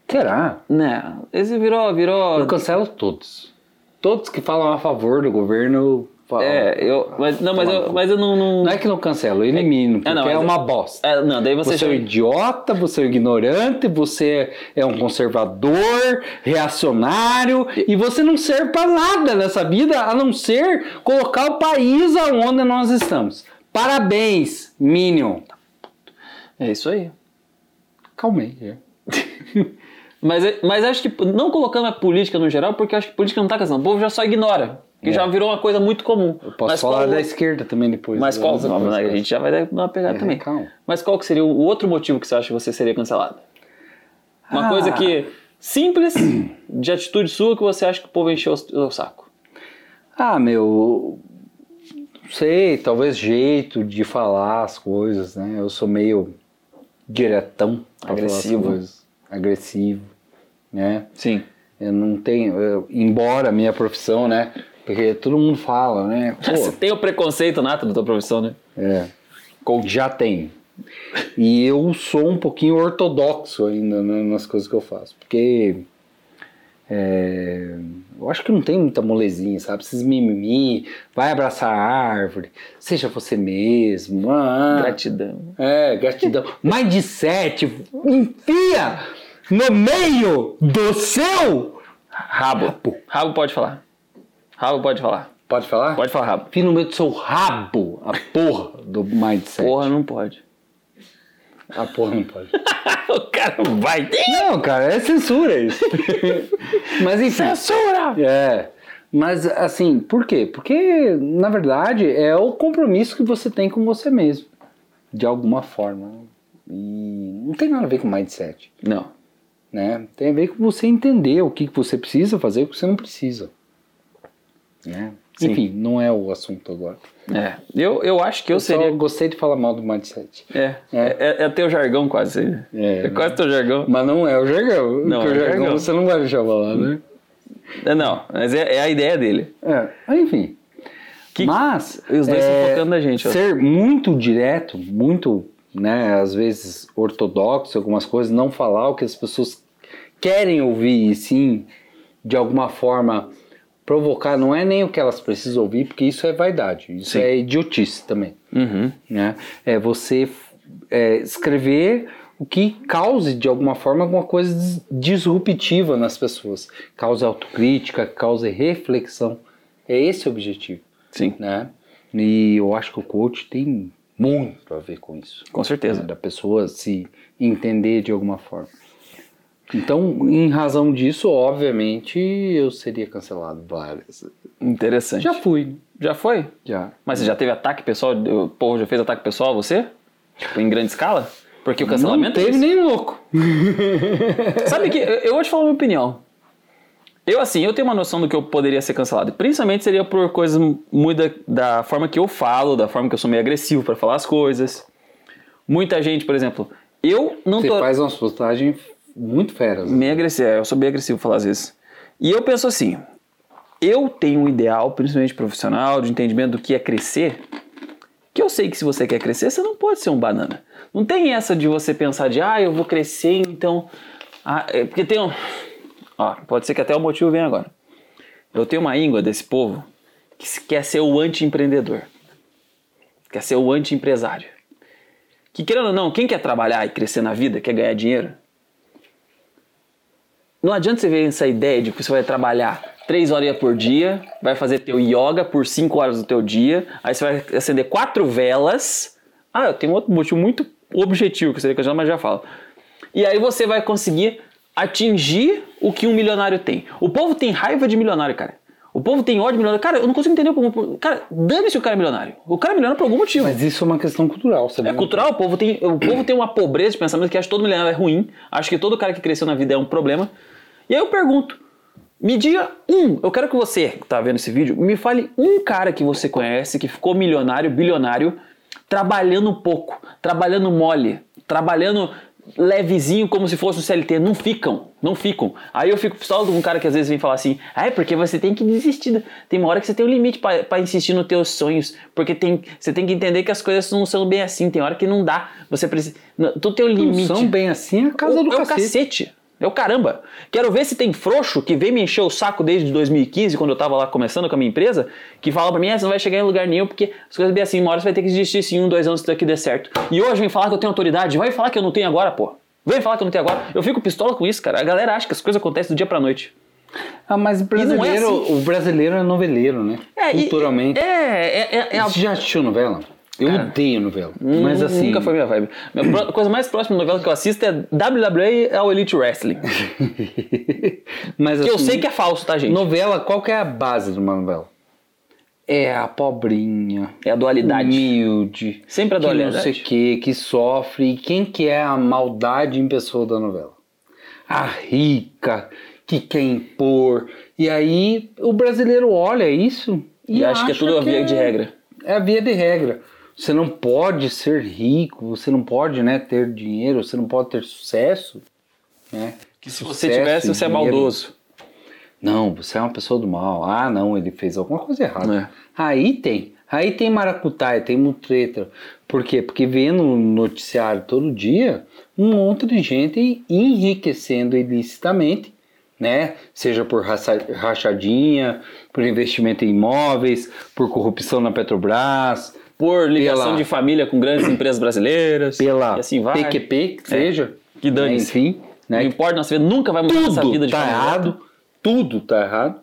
[SPEAKER 1] Será?
[SPEAKER 2] Né? Esse virou, virou.
[SPEAKER 1] Eu cancelo todos. Todos que falam a favor do governo, eu falo.
[SPEAKER 2] É, eu. Mas, não, mas eu, mas eu não. não...
[SPEAKER 1] Não é que não cancelo, eu elimino, porque
[SPEAKER 2] É,
[SPEAKER 1] é,
[SPEAKER 2] não, mas-
[SPEAKER 1] uma bosta.
[SPEAKER 2] É, não, daí você,
[SPEAKER 1] Você é um
[SPEAKER 2] já-
[SPEAKER 1] idiota, você é um ignorante, você é um conservador, reacionário, e você não serve pra nada nessa vida a não ser colocar o país aonde nós estamos. Parabéns, Minion.
[SPEAKER 2] É isso aí.
[SPEAKER 1] Calmei. é.
[SPEAKER 2] Mas, mas acho que não colocando a política no geral, porque eu acho que política não tá casando. O povo já só ignora. Que já virou uma coisa muito comum.
[SPEAKER 1] Eu posso
[SPEAKER 2] mas
[SPEAKER 1] falar
[SPEAKER 2] qual,
[SPEAKER 1] da esquerda também depois.
[SPEAKER 2] Mas qual. né,
[SPEAKER 1] Outra coisa.
[SPEAKER 2] a gente já vai dar uma pegada
[SPEAKER 1] É,
[SPEAKER 2] também.
[SPEAKER 1] calma.
[SPEAKER 2] Mas qual que seria o outro motivo que você acha que você seria cancelado? Uma
[SPEAKER 1] Ah.
[SPEAKER 2] coisa que. Simples, de atitude sua, que você acha que o povo encheu o seu saco.
[SPEAKER 1] Ah, meu. Não sei, talvez jeito de falar as coisas, né? Eu sou meio diretão. pra falar as
[SPEAKER 2] Agressivo.
[SPEAKER 1] coisas. Agressivo, né?
[SPEAKER 2] Sim.
[SPEAKER 1] Eu não tenho. eu- embora a minha profissão, né? Porque todo mundo fala, né?
[SPEAKER 2] Você
[SPEAKER 1] Pô,
[SPEAKER 2] tem o preconceito nato da tua profissão, né?
[SPEAKER 1] é. Já tem. E eu sou um pouquinho ortodoxo ainda né, nas coisas que eu faço. Porque. é, eu acho que não tem muita molezinha, sabe? Esses mimimi, vai abraçar a árvore, seja você mesmo. ah,
[SPEAKER 2] Gratidão.
[SPEAKER 1] é, gratidão. Mais de sete, enfia no meio do seu rabo.
[SPEAKER 2] Rabo pode falar. Rabo pode falar.
[SPEAKER 1] Pode falar?
[SPEAKER 2] Pode falar rabo.
[SPEAKER 1] Enfia no meio do seu rabo, a porra do mindset.
[SPEAKER 2] Porra, não pode.
[SPEAKER 1] A porra não pode.
[SPEAKER 2] o cara vai.
[SPEAKER 1] Não, cara, é censura isso. Mas enfim.
[SPEAKER 2] Censura!
[SPEAKER 1] É. Mas assim, por quê? Porque, na verdade, é o compromisso que você tem com você mesmo. De alguma forma. E não tem nada a ver com mindset.
[SPEAKER 2] Não.
[SPEAKER 1] Né? Tem a ver com você entender o que que você precisa fazer e o que você não precisa. Né?
[SPEAKER 2] Sim.
[SPEAKER 1] Enfim, não é o assunto agora.
[SPEAKER 2] É. Eu, eu acho que eu,
[SPEAKER 1] Eu
[SPEAKER 2] seria.
[SPEAKER 1] só gostei de falar mal do mindset.
[SPEAKER 2] É. É, é, é teu jargão quase.
[SPEAKER 1] É.
[SPEAKER 2] É quase teu jargão.
[SPEAKER 1] Mas não é o jargão.
[SPEAKER 2] Não,
[SPEAKER 1] porque o
[SPEAKER 2] é o
[SPEAKER 1] jargão,
[SPEAKER 2] jargão.
[SPEAKER 1] você não vai deixar falar, né?
[SPEAKER 2] É, Não, mas é, é a ideia dele.
[SPEAKER 1] É. Enfim.
[SPEAKER 2] Que-
[SPEAKER 1] Mas é,
[SPEAKER 2] Os dois estão focando na gente, ó.
[SPEAKER 1] Ser muito direto, muito, né, às vezes ortodoxo, algumas coisas, não falar o que as pessoas querem ouvir e sim, de alguma forma provocar, não é nem o que elas precisam ouvir, porque isso é vaidade, isso
[SPEAKER 2] Sim.
[SPEAKER 1] é idiotice também,
[SPEAKER 2] Uhum.
[SPEAKER 1] né? É você é, escrever o que cause de alguma forma alguma coisa dis- disruptiva nas pessoas, cause autocrítica, cause reflexão. É esse o objetivo
[SPEAKER 2] Sim,
[SPEAKER 1] né? E eu acho que o coach tem muito a ver com isso.
[SPEAKER 2] com certeza.
[SPEAKER 1] né? Da pessoa se entender de alguma forma. Então, em razão disso, obviamente, eu seria cancelado várias.
[SPEAKER 2] Interessante.
[SPEAKER 1] É. Já fui.
[SPEAKER 2] Já foi?
[SPEAKER 1] Já.
[SPEAKER 2] Mas você já teve ataque pessoal? O povo já fez ataque pessoal a você? Tipo, em grande escala? Porque o
[SPEAKER 1] Não
[SPEAKER 2] cancelamento. é
[SPEAKER 1] teve
[SPEAKER 2] isso.
[SPEAKER 1] nem louco.
[SPEAKER 2] Sabe que eu eu vou te falar a minha opinião. Eu, assim, eu tenho uma noção do que eu poderia ser cancelado. Principalmente seria por coisas muito da, da forma que eu falo, da forma que eu sou meio agressivo pra falar as coisas. Muita gente, por exemplo, eu não
[SPEAKER 1] Você
[SPEAKER 2] tô.
[SPEAKER 1] faz umas postagens muito feras. né?
[SPEAKER 2] Meio agressivo, é, eu sou bem agressivo falar às vezes. E eu penso assim, eu tenho um ideal, principalmente profissional, de entendimento do que é crescer, que eu sei que se você quer crescer, você não pode ser um banana. Não tem essa de você pensar de, ah, eu vou crescer, então... Ah, é, porque tem um... Ó, pode ser que até o motivo venha agora. Eu tenho uma íngua desse povo que se- quer ser o anti-empreendedor. Quer ser o anti-empresário. Que querendo ou não, quem quer trabalhar e crescer na vida, quer ganhar dinheiro, não adianta você ver essa ideia de que você vai trabalhar três horas por dia, vai fazer teu yoga por cinco horas do teu dia, aí você vai acender quatro velas. Ah, eu tenho outro motivo muito objetivo que seria que eu já, mas já falo. E aí você vai conseguir atingir o que um milionário tem. O povo tem raiva de milionário, cara. O O povo tem ódio de milionário. Cara, eu não consigo entender como. Cara, dane-se o cara é milionário. O cara é milionário por algum motivo.
[SPEAKER 1] Mas isso é uma questão cultural, sabe?
[SPEAKER 2] É cultural, o povo, tem, o povo tem uma pobreza de pensamento que acha que todo milionário é ruim, acha que todo cara que cresceu na vida é um problema. E aí eu pergunto, me diga um, eu quero que você que tá vendo esse vídeo, me fale um cara que você conhece que ficou milionário, bilionário, trabalhando pouco, trabalhando mole, trabalhando levezinho como se fosse um CLT, não ficam, não ficam. Aí eu fico pistola com um cara que às vezes vem falar assim, ah, é porque você tem que desistir, tem uma hora que você tem um limite pra pra insistir nos teus sonhos, porque tem, você tem que entender que as coisas não são bem assim, tem hora que não dá, você precisa, não, tu tem um
[SPEAKER 1] Não
[SPEAKER 2] limite.
[SPEAKER 1] são bem assim a casa
[SPEAKER 2] O-
[SPEAKER 1] do
[SPEAKER 2] é
[SPEAKER 1] cacete.
[SPEAKER 2] o cacete. É o caramba. Quero ver se tem frouxo que vem me encher o saco desde 2015, quando eu tava lá começando com a minha empresa, que fala pra mim, "Ah, você não vai chegar em lugar nenhum, porque as coisas bem assim, uma hora você vai ter que desistir sim, um, dois anos, se isso aqui der certo. E hoje vem falar que eu tenho autoridade, vai falar que eu não tenho agora, pô. Vem falar que eu não tenho agora. Eu fico pistola com isso, cara. A galera acha que as coisas acontecem do dia pra noite.
[SPEAKER 1] Ah, mas o
[SPEAKER 2] não é
[SPEAKER 1] brasileiro, o brasileiro é noveleiro, né? Culturalmente.
[SPEAKER 2] É, é, é, é a
[SPEAKER 1] Você já assistiu novela? Eu odeio novela. mas
[SPEAKER 2] Nu-
[SPEAKER 1] assim.
[SPEAKER 2] Nunca foi minha vibe. Minha pro- A coisa mais próxima de novela que eu assisto é WWE ao é Elite Wrestling.
[SPEAKER 1] mas assim.
[SPEAKER 2] Que eu sei que é falso, tá, gente?
[SPEAKER 1] Novela, qual que é a base de uma novela? É a pobrinha.
[SPEAKER 2] É a dualidade.
[SPEAKER 1] Humilde.
[SPEAKER 2] Sempre a
[SPEAKER 1] Que não
[SPEAKER 2] dualidade.
[SPEAKER 1] sei o que, que sofre. E quem que é a maldade em pessoa da novela? A rica, que quer impor. E aí o brasileiro olha isso e,
[SPEAKER 2] E acha que é tudo a via de regra.
[SPEAKER 1] É a via de regra. Você não pode ser rico, você não pode né, ter dinheiro, você não pode ter sucesso. Né?
[SPEAKER 2] Que se você
[SPEAKER 1] Sucesso,
[SPEAKER 2] tivesse, você é
[SPEAKER 1] dinheiro.
[SPEAKER 2] maldoso.
[SPEAKER 1] Não, você é uma pessoa do mal. Ah, não, ele fez alguma coisa errada.
[SPEAKER 2] É.
[SPEAKER 1] Aí tem. Aí tem maracutaia, tem mutreta. Por quê? Porque vê no noticiário todo dia um monte de gente enriquecendo ilicitamente, né? Seja por raça- rachadinha, por investimento em imóveis, por corrupção na Petrobras,
[SPEAKER 2] Por ligação
[SPEAKER 1] Pela-
[SPEAKER 2] de família com grandes empresas brasileiras.
[SPEAKER 1] pela
[SPEAKER 2] E assim vai.
[SPEAKER 1] PQP, que
[SPEAKER 2] É.
[SPEAKER 1] seja. né?
[SPEAKER 2] Que dane-se.
[SPEAKER 1] Enfim,
[SPEAKER 2] Não
[SPEAKER 1] né?
[SPEAKER 2] importa, nossa vida nunca vai mudar essa vida
[SPEAKER 1] tudo
[SPEAKER 2] de
[SPEAKER 1] tá
[SPEAKER 2] forma
[SPEAKER 1] errado, tudo tá errado,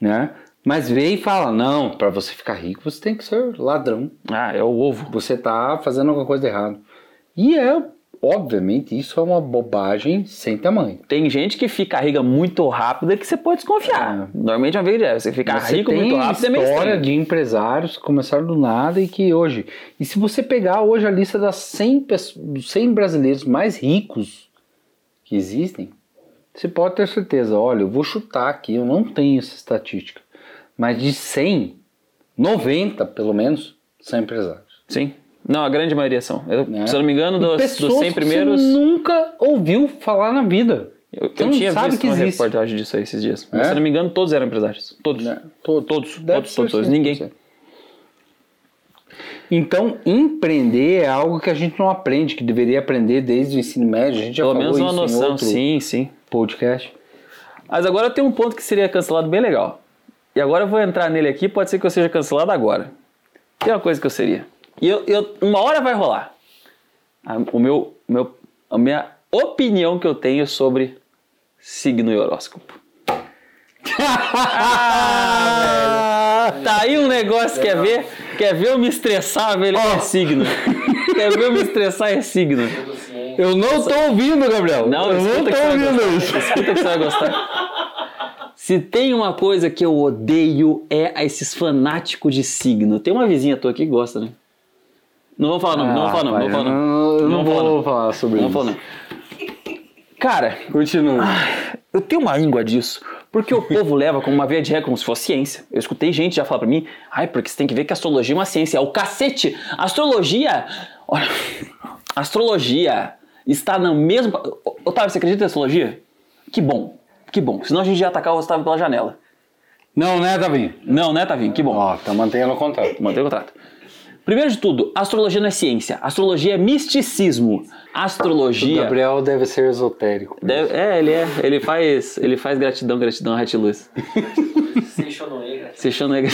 [SPEAKER 1] né? Mas vem e fala, não, pra você ficar rico você tem que ser ladrão,
[SPEAKER 2] direta. Ah, é o ovo.
[SPEAKER 1] você tá fazendo alguma coisa errada. E é, obviamente, isso é uma bobagem sem tamanho.
[SPEAKER 2] Tem gente que fica rica muito rápida que você pode desconfiar.
[SPEAKER 1] É.
[SPEAKER 2] Normalmente é uma vez direta. Você ficar
[SPEAKER 1] Você
[SPEAKER 2] rico
[SPEAKER 1] tem
[SPEAKER 2] muito rápido é meio
[SPEAKER 1] história
[SPEAKER 2] estranho.
[SPEAKER 1] de empresários que começaram do nada e que hoje... E se você pegar hoje a lista das 100, pesso- dos 100 brasileiros mais ricos que existem, você pode ter certeza. Olha, eu vou chutar aqui, eu não tenho essa estatística. Mas de 100, 90 pelo menos, são empresários.
[SPEAKER 2] Sim. Não, a grande maioria são. Eu-
[SPEAKER 1] Né?
[SPEAKER 2] Se eu não me engano,
[SPEAKER 1] E
[SPEAKER 2] dos, dos
[SPEAKER 1] pessoas
[SPEAKER 2] 100
[SPEAKER 1] que
[SPEAKER 2] primeiros...
[SPEAKER 1] você nunca ouviu falar na vida.
[SPEAKER 2] Eu, eu
[SPEAKER 1] você não
[SPEAKER 2] tinha
[SPEAKER 1] sabe
[SPEAKER 2] visto
[SPEAKER 1] que
[SPEAKER 2] uma
[SPEAKER 1] existe.
[SPEAKER 2] reportagem disso aí esses dias.
[SPEAKER 1] É?
[SPEAKER 2] Mas, se eu não me engano, todos eram empresários. Todos.
[SPEAKER 1] Né? assim,
[SPEAKER 2] Todos. Todos, todos, todos, todos. Ninguém.
[SPEAKER 1] Então, empreender é algo que a gente não aprende, que deveria aprender desde o ensino médio. A gente já
[SPEAKER 2] Pelo
[SPEAKER 1] falou
[SPEAKER 2] menos uma
[SPEAKER 1] isso em
[SPEAKER 2] noção.
[SPEAKER 1] outro
[SPEAKER 2] Sim, sim.
[SPEAKER 1] podcast.
[SPEAKER 2] Mas agora tem um ponto que seria cancelado bem legal. E agora eu vou entrar nele aqui, pode ser que eu seja cancelado agora. Tem uma coisa que eu seria. E eu, eu- uma hora vai rolar. A, o meu, meu, a minha opinião que eu tenho sobre signo e horóscopo. Ah, velho. Tá aí um negócio, quer ver? Quer ver eu me estressar, velho? É signo. quer ver eu me estressar, é signo.
[SPEAKER 1] Eu não tô ouvindo, Gabriel.
[SPEAKER 2] Não,
[SPEAKER 1] eu não tô
[SPEAKER 2] escuta que você vai
[SPEAKER 1] ouvindo isso.
[SPEAKER 2] gostar. Escuta que você vai gostar. Se tem uma coisa que eu odeio é a esses fanáticos de signo. Tem uma vizinha tua aqui que gosta, né? Não vou falar não, não vou falar não, não vou falar não.
[SPEAKER 1] Eu Ah, não,
[SPEAKER 2] Não
[SPEAKER 1] vou
[SPEAKER 2] fala não.
[SPEAKER 1] falar sobre
[SPEAKER 2] Não
[SPEAKER 1] isso.
[SPEAKER 2] vou falar não. Cara,
[SPEAKER 1] Continua.
[SPEAKER 2] Ah, eu tenho uma íngua disso. Porque o povo leva como uma via de regra, como se fosse ciência. Eu escutei gente já falar pra mim, ai, porque você tem que ver que astrologia é uma ciência. É o cacete! Astrologia! Olha, astrologia está no mesmo. Ô, Otávio, você acredita em astrologia? Que bom, que bom. Senão a gente ia atacar o Otávio pela janela.
[SPEAKER 1] Não, né, Davi?
[SPEAKER 2] Não, né, Tavinho? Que bom.
[SPEAKER 1] Ó, tá mantendo o contato.
[SPEAKER 2] Mantém o contrato. Primeiro de tudo, astrologia não é ciência. Astrologia é misticismo. Astrologia.
[SPEAKER 1] Gabriel deve ser esotérico.
[SPEAKER 2] Deve- é, ele é. Ele faz, ele faz gratidão, gratidão, retiluz.
[SPEAKER 4] Seixonoe, cara.
[SPEAKER 2] Seixonoe.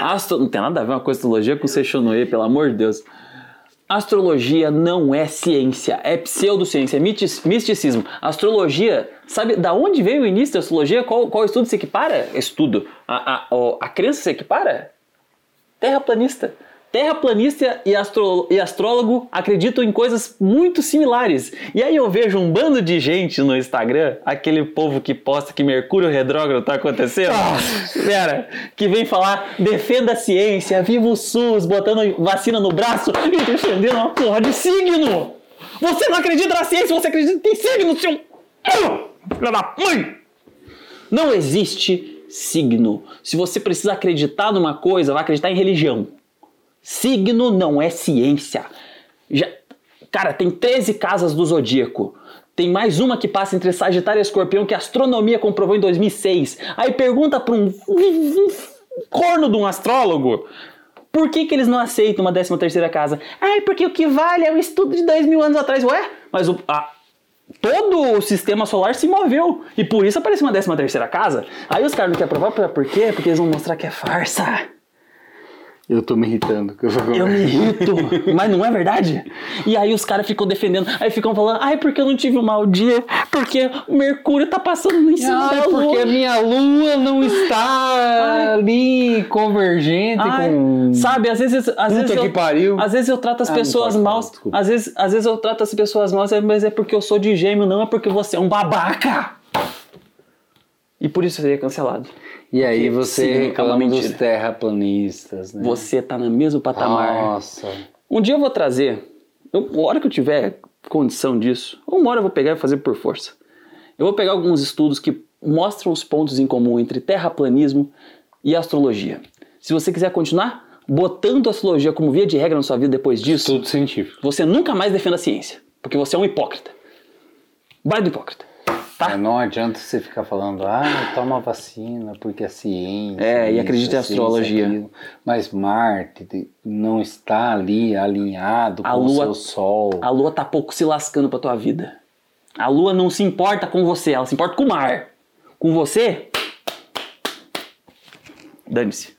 [SPEAKER 2] Astro... Não tem nada a ver uma coisa de astrologia com Seixonoe, pelo amor de Deus. Astrologia não é ciência, é pseudociência, é mitis- misticismo. Astrologia, sabe da onde veio o início da astrologia? Qual, qual estudo se equipara? Estudo. A, a, o- a crença se equipara? Terraplanista. Terraplanista e, astro- e astrólogo acreditam em coisas muito similares. E aí eu vejo um bando de gente no Instagram, aquele povo que posta que Mercúrio retrógrado tá acontecendo. Pera, que vem falar, defenda a ciência, viva o SUS, botando vacina no braço e defendendo uma porra de signo! Você não acredita na ciência, você acredita em signo, seu. Filha da mãe! Não existe signo. Se você precisa acreditar numa coisa, vai acreditar em religião. Signo não é ciência. Já- Cara, tem 13 casas do zodíaco. Tem mais uma que passa entre Sagitário e Escorpião que a astronomia comprovou em 2006. Aí pergunta pra um, um corno de um astrólogo. Por que, que eles não aceitam uma 13 terceira casa? Ai, porque o que vale é o estudo de 2 mil anos atrás. Ué, mas o, a- todo o sistema solar se moveu. E por isso apareceu uma 13 terceira casa. Aí os caras não querem provar, por quê? Porque eles vão mostrar que é farsa.
[SPEAKER 1] Eu tô me irritando. com essa
[SPEAKER 2] Eu me
[SPEAKER 1] conversa.
[SPEAKER 2] irrito, mas não é verdade? E aí os caras ficam defendendo, aí ficam falando, ai, porque eu não tive um mau dia, porque o Mercúrio tá passando em cima
[SPEAKER 1] Ai,
[SPEAKER 2] da Lua.
[SPEAKER 1] Ah, porque a minha lua não está ali convergente
[SPEAKER 2] Ai,
[SPEAKER 1] com.
[SPEAKER 2] Sabe, às vezes, às
[SPEAKER 1] Puta
[SPEAKER 2] vezes
[SPEAKER 1] que
[SPEAKER 2] eu,
[SPEAKER 1] pariu.
[SPEAKER 2] às vezes eu trato as
[SPEAKER 1] Ah, não
[SPEAKER 2] pessoas
[SPEAKER 1] pode falar,
[SPEAKER 2] mal,
[SPEAKER 1] desculpa.
[SPEAKER 2] às vezes, às vezes eu trato as pessoas mal, mas é porque eu sou de gêmeo, não é porque você é um babaca. E por isso eu seria cancelado.
[SPEAKER 1] E aí você
[SPEAKER 2] signo é uma
[SPEAKER 1] reclama dos
[SPEAKER 2] mentira.
[SPEAKER 1] terraplanistas, né?
[SPEAKER 2] Você tá no mesmo patamar.
[SPEAKER 1] Nossa.
[SPEAKER 2] Um dia eu vou trazer, eu, a hora que eu tiver condição disso, ou uma hora eu vou pegar e fazer por força. Eu vou pegar alguns estudos que mostram os pontos em comum entre terraplanismo e astrologia. Se você quiser continuar botando a astrologia como via de regra na sua vida depois disso,
[SPEAKER 1] Estudo científico.
[SPEAKER 2] você nunca mais defenda a ciência, porque você é um hipócrita. Vai do hipócrita. Tá?
[SPEAKER 1] É, Não adianta você ficar falando, ah, toma vacina porque é ciência.
[SPEAKER 2] É, e acredita em
[SPEAKER 1] ciência,
[SPEAKER 2] astrologia.
[SPEAKER 1] aquilo. Mas Marte de- não está ali alinhado
[SPEAKER 2] A
[SPEAKER 1] com
[SPEAKER 2] Lua-
[SPEAKER 1] o seu Sol.
[SPEAKER 2] A lua tá pouco se lascando pra tua vida. A lua não se importa com você, ela se importa com o mar. Com você, dane-se.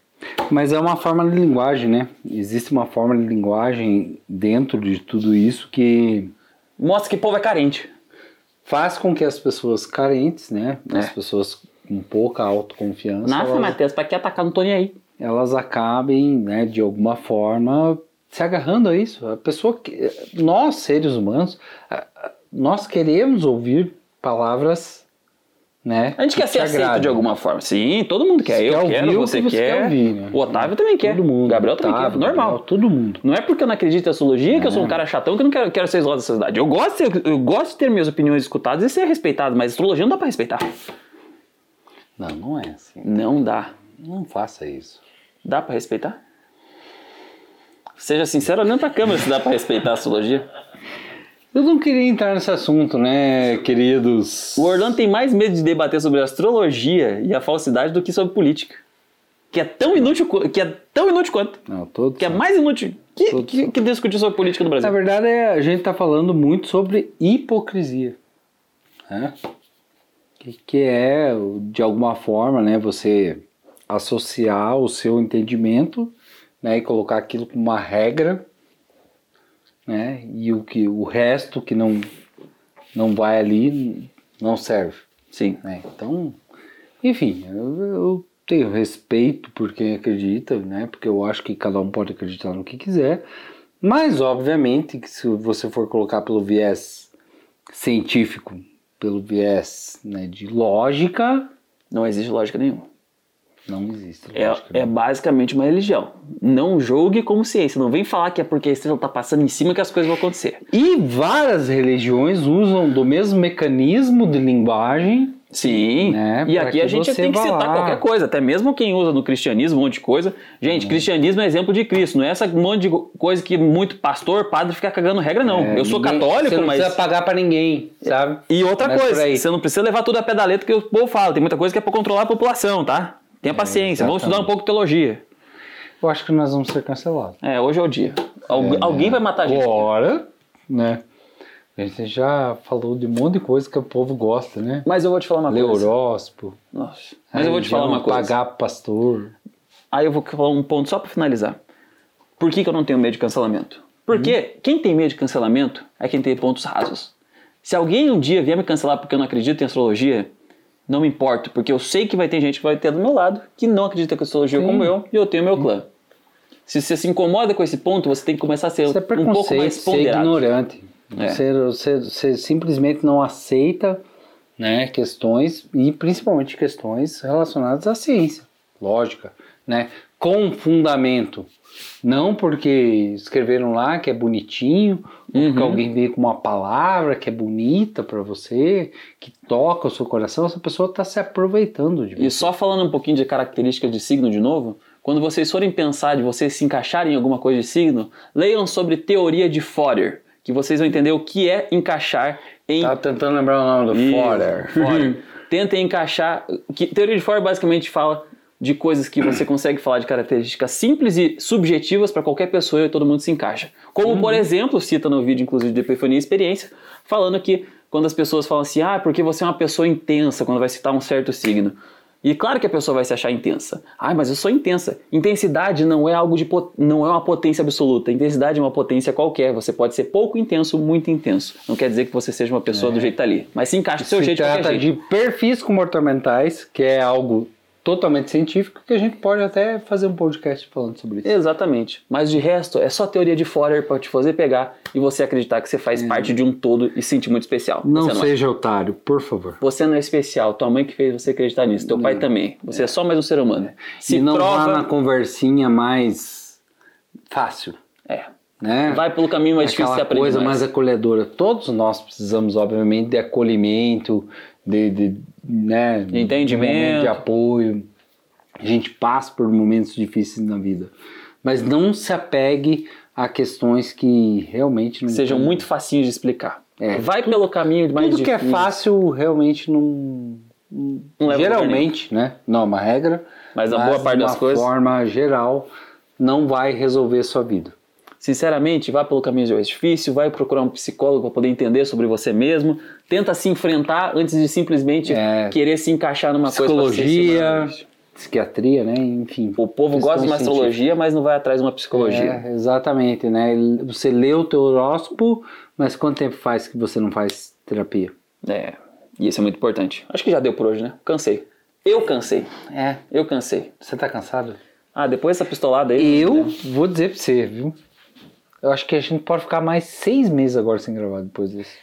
[SPEAKER 1] Mas é uma forma de linguagem, né? Existe uma forma de linguagem dentro de tudo isso que
[SPEAKER 2] Mostra que o povo é carente.
[SPEAKER 1] faz com que as pessoas carentes, né? As
[SPEAKER 2] É.
[SPEAKER 1] pessoas com pouca autoconfiança,
[SPEAKER 2] Nossa,
[SPEAKER 1] elas,
[SPEAKER 2] Matheus, pra que atacar? Não tô nem aí.
[SPEAKER 1] elas acabem, né, de alguma forma se agarrando a isso. A pessoa que nós seres humanos, a- a- nós queremos ouvir palavras, né?
[SPEAKER 2] A gente quer
[SPEAKER 1] que
[SPEAKER 2] ser
[SPEAKER 1] te
[SPEAKER 2] aceito
[SPEAKER 1] agradem.
[SPEAKER 2] de alguma forma. Sim, todo mundo quer.
[SPEAKER 1] Você
[SPEAKER 2] eu
[SPEAKER 1] quer ouvir
[SPEAKER 2] quero,
[SPEAKER 1] o que
[SPEAKER 2] você,
[SPEAKER 1] você
[SPEAKER 2] quer.
[SPEAKER 1] quer ouvir, né?
[SPEAKER 2] O Otávio também quer.
[SPEAKER 1] Todo mundo.
[SPEAKER 2] Gabriel também
[SPEAKER 1] Otávio,
[SPEAKER 2] quer. Normal.
[SPEAKER 1] Gabriel, É. todo mundo.
[SPEAKER 2] Não é porque eu não acredito em astrologia que eu sou um cara chatão que eu não quero, quero ser isolado da sociedade. Eu gosto, de ser- eu gosto de ter minhas opiniões escutadas e ser respeitado, mas astrologia não dá pra respeitar.
[SPEAKER 1] Não, não é assim.
[SPEAKER 2] Não dá.
[SPEAKER 1] Não faça isso.
[SPEAKER 2] Dá pra respeitar? Seja sincero, olhando pra câmera se dá pra respeitar a astrologia.
[SPEAKER 1] Eu não queria entrar nesse assunto, né, queridos?
[SPEAKER 2] O Orlando tem mais medo de debater sobre astrologia e a falsidade do que sobre política. Que é tão inútil, qu- que é tão inútil quanto.
[SPEAKER 1] Não, todos.
[SPEAKER 2] Que é mais inútil que,
[SPEAKER 1] Tudo
[SPEAKER 2] que, que discutir sobre política no
[SPEAKER 1] Na
[SPEAKER 2] Brasil.
[SPEAKER 1] verdade, é, a gente está falando muito sobre hipocrisia. Né? Que, que é, o- de alguma forma, né, você associar o seu entendimento né, e colocar aquilo como uma regra. Né, e o, que, o resto que não, não vai ali não serve.
[SPEAKER 2] Sim.
[SPEAKER 1] Né? Então, enfim, eu, eu tenho respeito por quem acredita, né? Porque eu acho que cada um pode acreditar no que quiser. Mas, obviamente, que se você for colocar pelo viés científico, pelo viés né, de lógica,
[SPEAKER 2] Não existe lógica nenhuma.
[SPEAKER 1] não existe
[SPEAKER 2] É,
[SPEAKER 1] lógica. né?
[SPEAKER 2] é basicamente uma religião. Não julgue como ciência. Não vem falar que é porque a estrela tá passando em cima que as coisas vão acontecer.
[SPEAKER 1] E várias religiões usam do mesmo mecanismo de linguagem.
[SPEAKER 2] Sim.
[SPEAKER 1] Né,
[SPEAKER 2] E
[SPEAKER 1] pra
[SPEAKER 2] aqui
[SPEAKER 1] que
[SPEAKER 2] a gente
[SPEAKER 1] você
[SPEAKER 2] tem que
[SPEAKER 1] vá
[SPEAKER 2] citar
[SPEAKER 1] lá.
[SPEAKER 2] qualquer coisa, até mesmo quem usa no cristianismo um monte de coisa. Gente,
[SPEAKER 1] Uhum.
[SPEAKER 2] cristianismo é exemplo de Cristo, não é essa monte de coisa que muito pastor, padre fica cagando regra, não.
[SPEAKER 1] É,
[SPEAKER 2] Eu sou
[SPEAKER 1] ninguém-
[SPEAKER 2] católico,
[SPEAKER 1] você não
[SPEAKER 2] mas.
[SPEAKER 1] precisa pagar pra ninguém, sabe?
[SPEAKER 2] E outra
[SPEAKER 1] Mas por
[SPEAKER 2] coisa,
[SPEAKER 1] aí.
[SPEAKER 2] você não precisa levar tudo a pé da letra que o povo fala. Tem muita coisa que é pra controlar a população, tá? Tenha paciência, vamos estudar um
[SPEAKER 1] É, exatamente.
[SPEAKER 2] pouco de teologia.
[SPEAKER 1] Eu acho que nós vamos ser cancelados.
[SPEAKER 2] É, hoje é o dia.
[SPEAKER 1] né?
[SPEAKER 2] Algu- Alguém vai matar a Tá, gente.
[SPEAKER 1] Agora, né? A gente já falou de um monte de coisa que o povo gosta, né?
[SPEAKER 2] Mas eu vou te falar uma
[SPEAKER 1] Lê
[SPEAKER 2] coisa.
[SPEAKER 1] horóscopo.
[SPEAKER 2] Nossa. Mas eu vou te falar uma coisa.
[SPEAKER 1] Pagar pro pastor.
[SPEAKER 2] Aí eu vou falar um ponto só pra finalizar. Por que, que eu não tenho medo de cancelamento?
[SPEAKER 1] Uhum.
[SPEAKER 2] Porque quem tem medo de cancelamento é quem tem pontos rasos. Se alguém um dia vier me cancelar porque eu não acredito em astrologia, não me importo, porque eu sei que vai ter gente que vai ter do meu lado que não acredita em astrologia como eu e eu tenho meu clã. Se você se incomoda com esse ponto, você tem que começar a ser
[SPEAKER 1] Isso é
[SPEAKER 2] um pouco
[SPEAKER 1] preconceito,
[SPEAKER 2] mais
[SPEAKER 1] você é
[SPEAKER 2] ponderado.
[SPEAKER 1] ignorante.
[SPEAKER 2] É.
[SPEAKER 1] Você, você- você simplesmente não aceita né, questões, e principalmente questões relacionadas à ciência, lógica, né? Com fundamento. Não porque escreveram lá que é bonitinho, ou porque
[SPEAKER 2] Uhum.
[SPEAKER 1] alguém veio com uma palavra que é bonita pra você, que toca o seu coração, essa pessoa está se aproveitando de você.
[SPEAKER 2] E só falando um pouquinho de características de signo de novo, quando vocês forem pensar de vocês se encaixarem em alguma coisa de signo, leiam sobre teoria de Forer, que vocês vão entender o que é encaixar em
[SPEAKER 1] Tá tentando lembrar o nome do
[SPEAKER 2] Isso,
[SPEAKER 1] Forer.
[SPEAKER 2] Forer. Tentem encaixar. Que, teoria de Forer basicamente fala de coisas que você consegue falar de características simples e subjetivas para qualquer pessoa e todo mundo se encaixa. Como,
[SPEAKER 1] Uhum.
[SPEAKER 2] por exemplo, cita no vídeo, inclusive, de Epifania e Experiência, falando que quando as pessoas falam assim, ah, porque você é uma pessoa intensa, quando vai citar um certo signo. E claro que a pessoa vai se achar intensa. Ah, mas eu sou intensa. Intensidade não é algo de po- não é uma potência absoluta. Intensidade é uma potência qualquer. Você pode ser pouco intenso, muito intenso. Não quer dizer que você seja uma pessoa do jeito que tá ali, mas se encaixa do seu
[SPEAKER 1] É. se
[SPEAKER 2] jeito de qualquer
[SPEAKER 1] trata
[SPEAKER 2] jeito.
[SPEAKER 1] de perfis comportamentais, que é algo totalmente científico, que a gente pode até fazer um podcast falando sobre isso.
[SPEAKER 2] Exatamente. Mas de resto, é só teoria de Forer pra te fazer pegar e você acreditar que você faz parte de um todo e se sentir muito especial.
[SPEAKER 1] É. Não
[SPEAKER 2] você, é.
[SPEAKER 1] seja otário, por favor.
[SPEAKER 2] você não é especial. Tua mãe que fez você acreditar nisso. Teu pai também. Você é. só mais um ser humano. Se
[SPEAKER 1] e não vá na
[SPEAKER 2] prova,
[SPEAKER 1] conversinha mais fácil,
[SPEAKER 2] é.
[SPEAKER 1] né?
[SPEAKER 2] vai pelo caminho mais difícil
[SPEAKER 1] Aquela
[SPEAKER 2] que você aprende
[SPEAKER 1] coisa
[SPEAKER 2] mais.
[SPEAKER 1] mais acolhedora. Todos nós precisamos, obviamente, de acolhimento, de, de, né, de
[SPEAKER 2] entendimento.
[SPEAKER 1] momento de apoio. A gente passa por momentos difíceis na vida, mas não se apegue a questões que realmente não
[SPEAKER 2] Sejam
[SPEAKER 1] tem-
[SPEAKER 2] muito facinhos de explicar.
[SPEAKER 1] É.
[SPEAKER 2] vai pelo caminho mais
[SPEAKER 1] Tudo que é
[SPEAKER 2] difícil.
[SPEAKER 1] fácil realmente não.
[SPEAKER 2] Não leva lugar
[SPEAKER 1] geralmente, né? Não é uma regra.
[SPEAKER 2] Mas a boa parte
[SPEAKER 1] de uma
[SPEAKER 2] das coisas-
[SPEAKER 1] forma geral, não vai resolver sua vida.
[SPEAKER 2] Sinceramente, vá pelo caminho mais difícil, vai procurar um psicólogo para poder entender sobre você mesmo, tenta se enfrentar antes de simplesmente
[SPEAKER 1] É.
[SPEAKER 2] querer se encaixar numa coisa. pra
[SPEAKER 1] Psicologia,
[SPEAKER 2] ser semana.
[SPEAKER 1] psiquiatria, né? Enfim.
[SPEAKER 2] O povo
[SPEAKER 1] questões
[SPEAKER 2] gosta de uma astrologia, mas não vai atrás de uma psicologia.
[SPEAKER 1] científicas. É, exatamente, né? Você lê o teu horóscopo, mas quanto tempo faz que você não faz terapia?
[SPEAKER 2] É. E isso é muito importante. Acho que já deu por hoje, né? Cansei. Eu cansei.
[SPEAKER 1] É.
[SPEAKER 2] Eu cansei.
[SPEAKER 1] Você tá cansado?
[SPEAKER 2] Ah, depois dessa pistolada aí.
[SPEAKER 1] Eu vou dizer pra você, viu? Eu acho que a gente pode ficar mais seis meses agora sem gravar depois disso.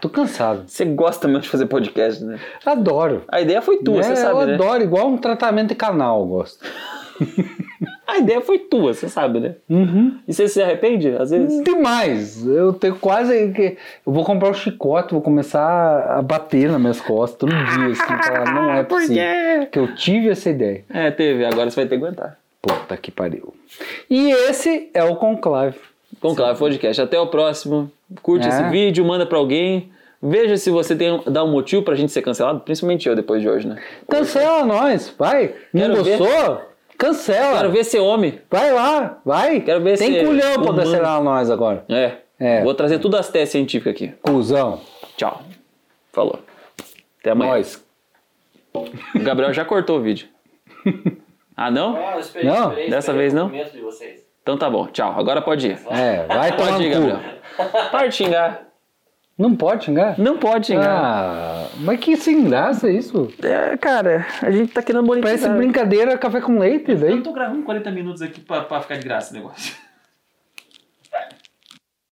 [SPEAKER 1] Tô cansado.
[SPEAKER 2] Você gosta mesmo de fazer podcast, né?
[SPEAKER 1] Adoro.
[SPEAKER 2] A ideia foi tua,
[SPEAKER 1] É,
[SPEAKER 2] você sabe,
[SPEAKER 1] eu
[SPEAKER 2] né?
[SPEAKER 1] adoro, igual um tratamento de canal, eu gosto.
[SPEAKER 2] A ideia foi tua, você sabe, né? E você se arrepende, às vezes?
[SPEAKER 1] Demais. Eu tenho quase que. Eu vou comprar um chicote, vou começar a bater nas minhas costas todo dia, assim, falar, não é possível. Que eu tive essa ideia.
[SPEAKER 2] É, teve. Agora você vai ter que aguentar.
[SPEAKER 1] Puta que pariu. E esse é o conclave.
[SPEAKER 2] Conclave Podcast. Até o próximo. Curte
[SPEAKER 1] É.
[SPEAKER 2] esse vídeo, manda pra alguém. Veja se você tem, dá um motivo pra gente ser cancelado, principalmente eu depois de hoje, né?
[SPEAKER 1] Cancela nós, vai. Não
[SPEAKER 2] Quero ver.
[SPEAKER 1] gostou? Cancela.
[SPEAKER 2] Quero ver ser homem.
[SPEAKER 1] Vai lá, vai.
[SPEAKER 2] Quero ver
[SPEAKER 1] Tem
[SPEAKER 2] se-
[SPEAKER 1] culhão pra
[SPEAKER 2] Humano.
[SPEAKER 1] cancelar nós agora.
[SPEAKER 2] É.
[SPEAKER 1] É.
[SPEAKER 2] Vou trazer tudo as testes científicas aqui.
[SPEAKER 1] Cusão.
[SPEAKER 2] Tchau. Falou. Até amanhã.
[SPEAKER 1] Nós.
[SPEAKER 2] O Gabriel já cortou o vídeo. Ah, não?
[SPEAKER 4] Não, eu esperei,
[SPEAKER 1] Não,
[SPEAKER 4] esperei,
[SPEAKER 2] dessa
[SPEAKER 4] esperei
[SPEAKER 2] vez
[SPEAKER 4] o
[SPEAKER 2] não?
[SPEAKER 4] Momento de vocês.
[SPEAKER 2] Então tá bom. Tchau. Agora pode ir.
[SPEAKER 1] É, vai tomar
[SPEAKER 2] Pode ir,
[SPEAKER 1] no cu.
[SPEAKER 2] Gabriel. Para de xingar.
[SPEAKER 1] Não pode xingar?
[SPEAKER 2] Não pode xingar.
[SPEAKER 1] Ah, mas que sem graça isso.
[SPEAKER 2] É, cara, a gente tá querendo
[SPEAKER 1] Ah. Parece
[SPEAKER 2] monetizar.
[SPEAKER 1] brincadeira café com leite daí.
[SPEAKER 4] tô gravando 40 minutos aqui pra, pra ficar de graça o negócio.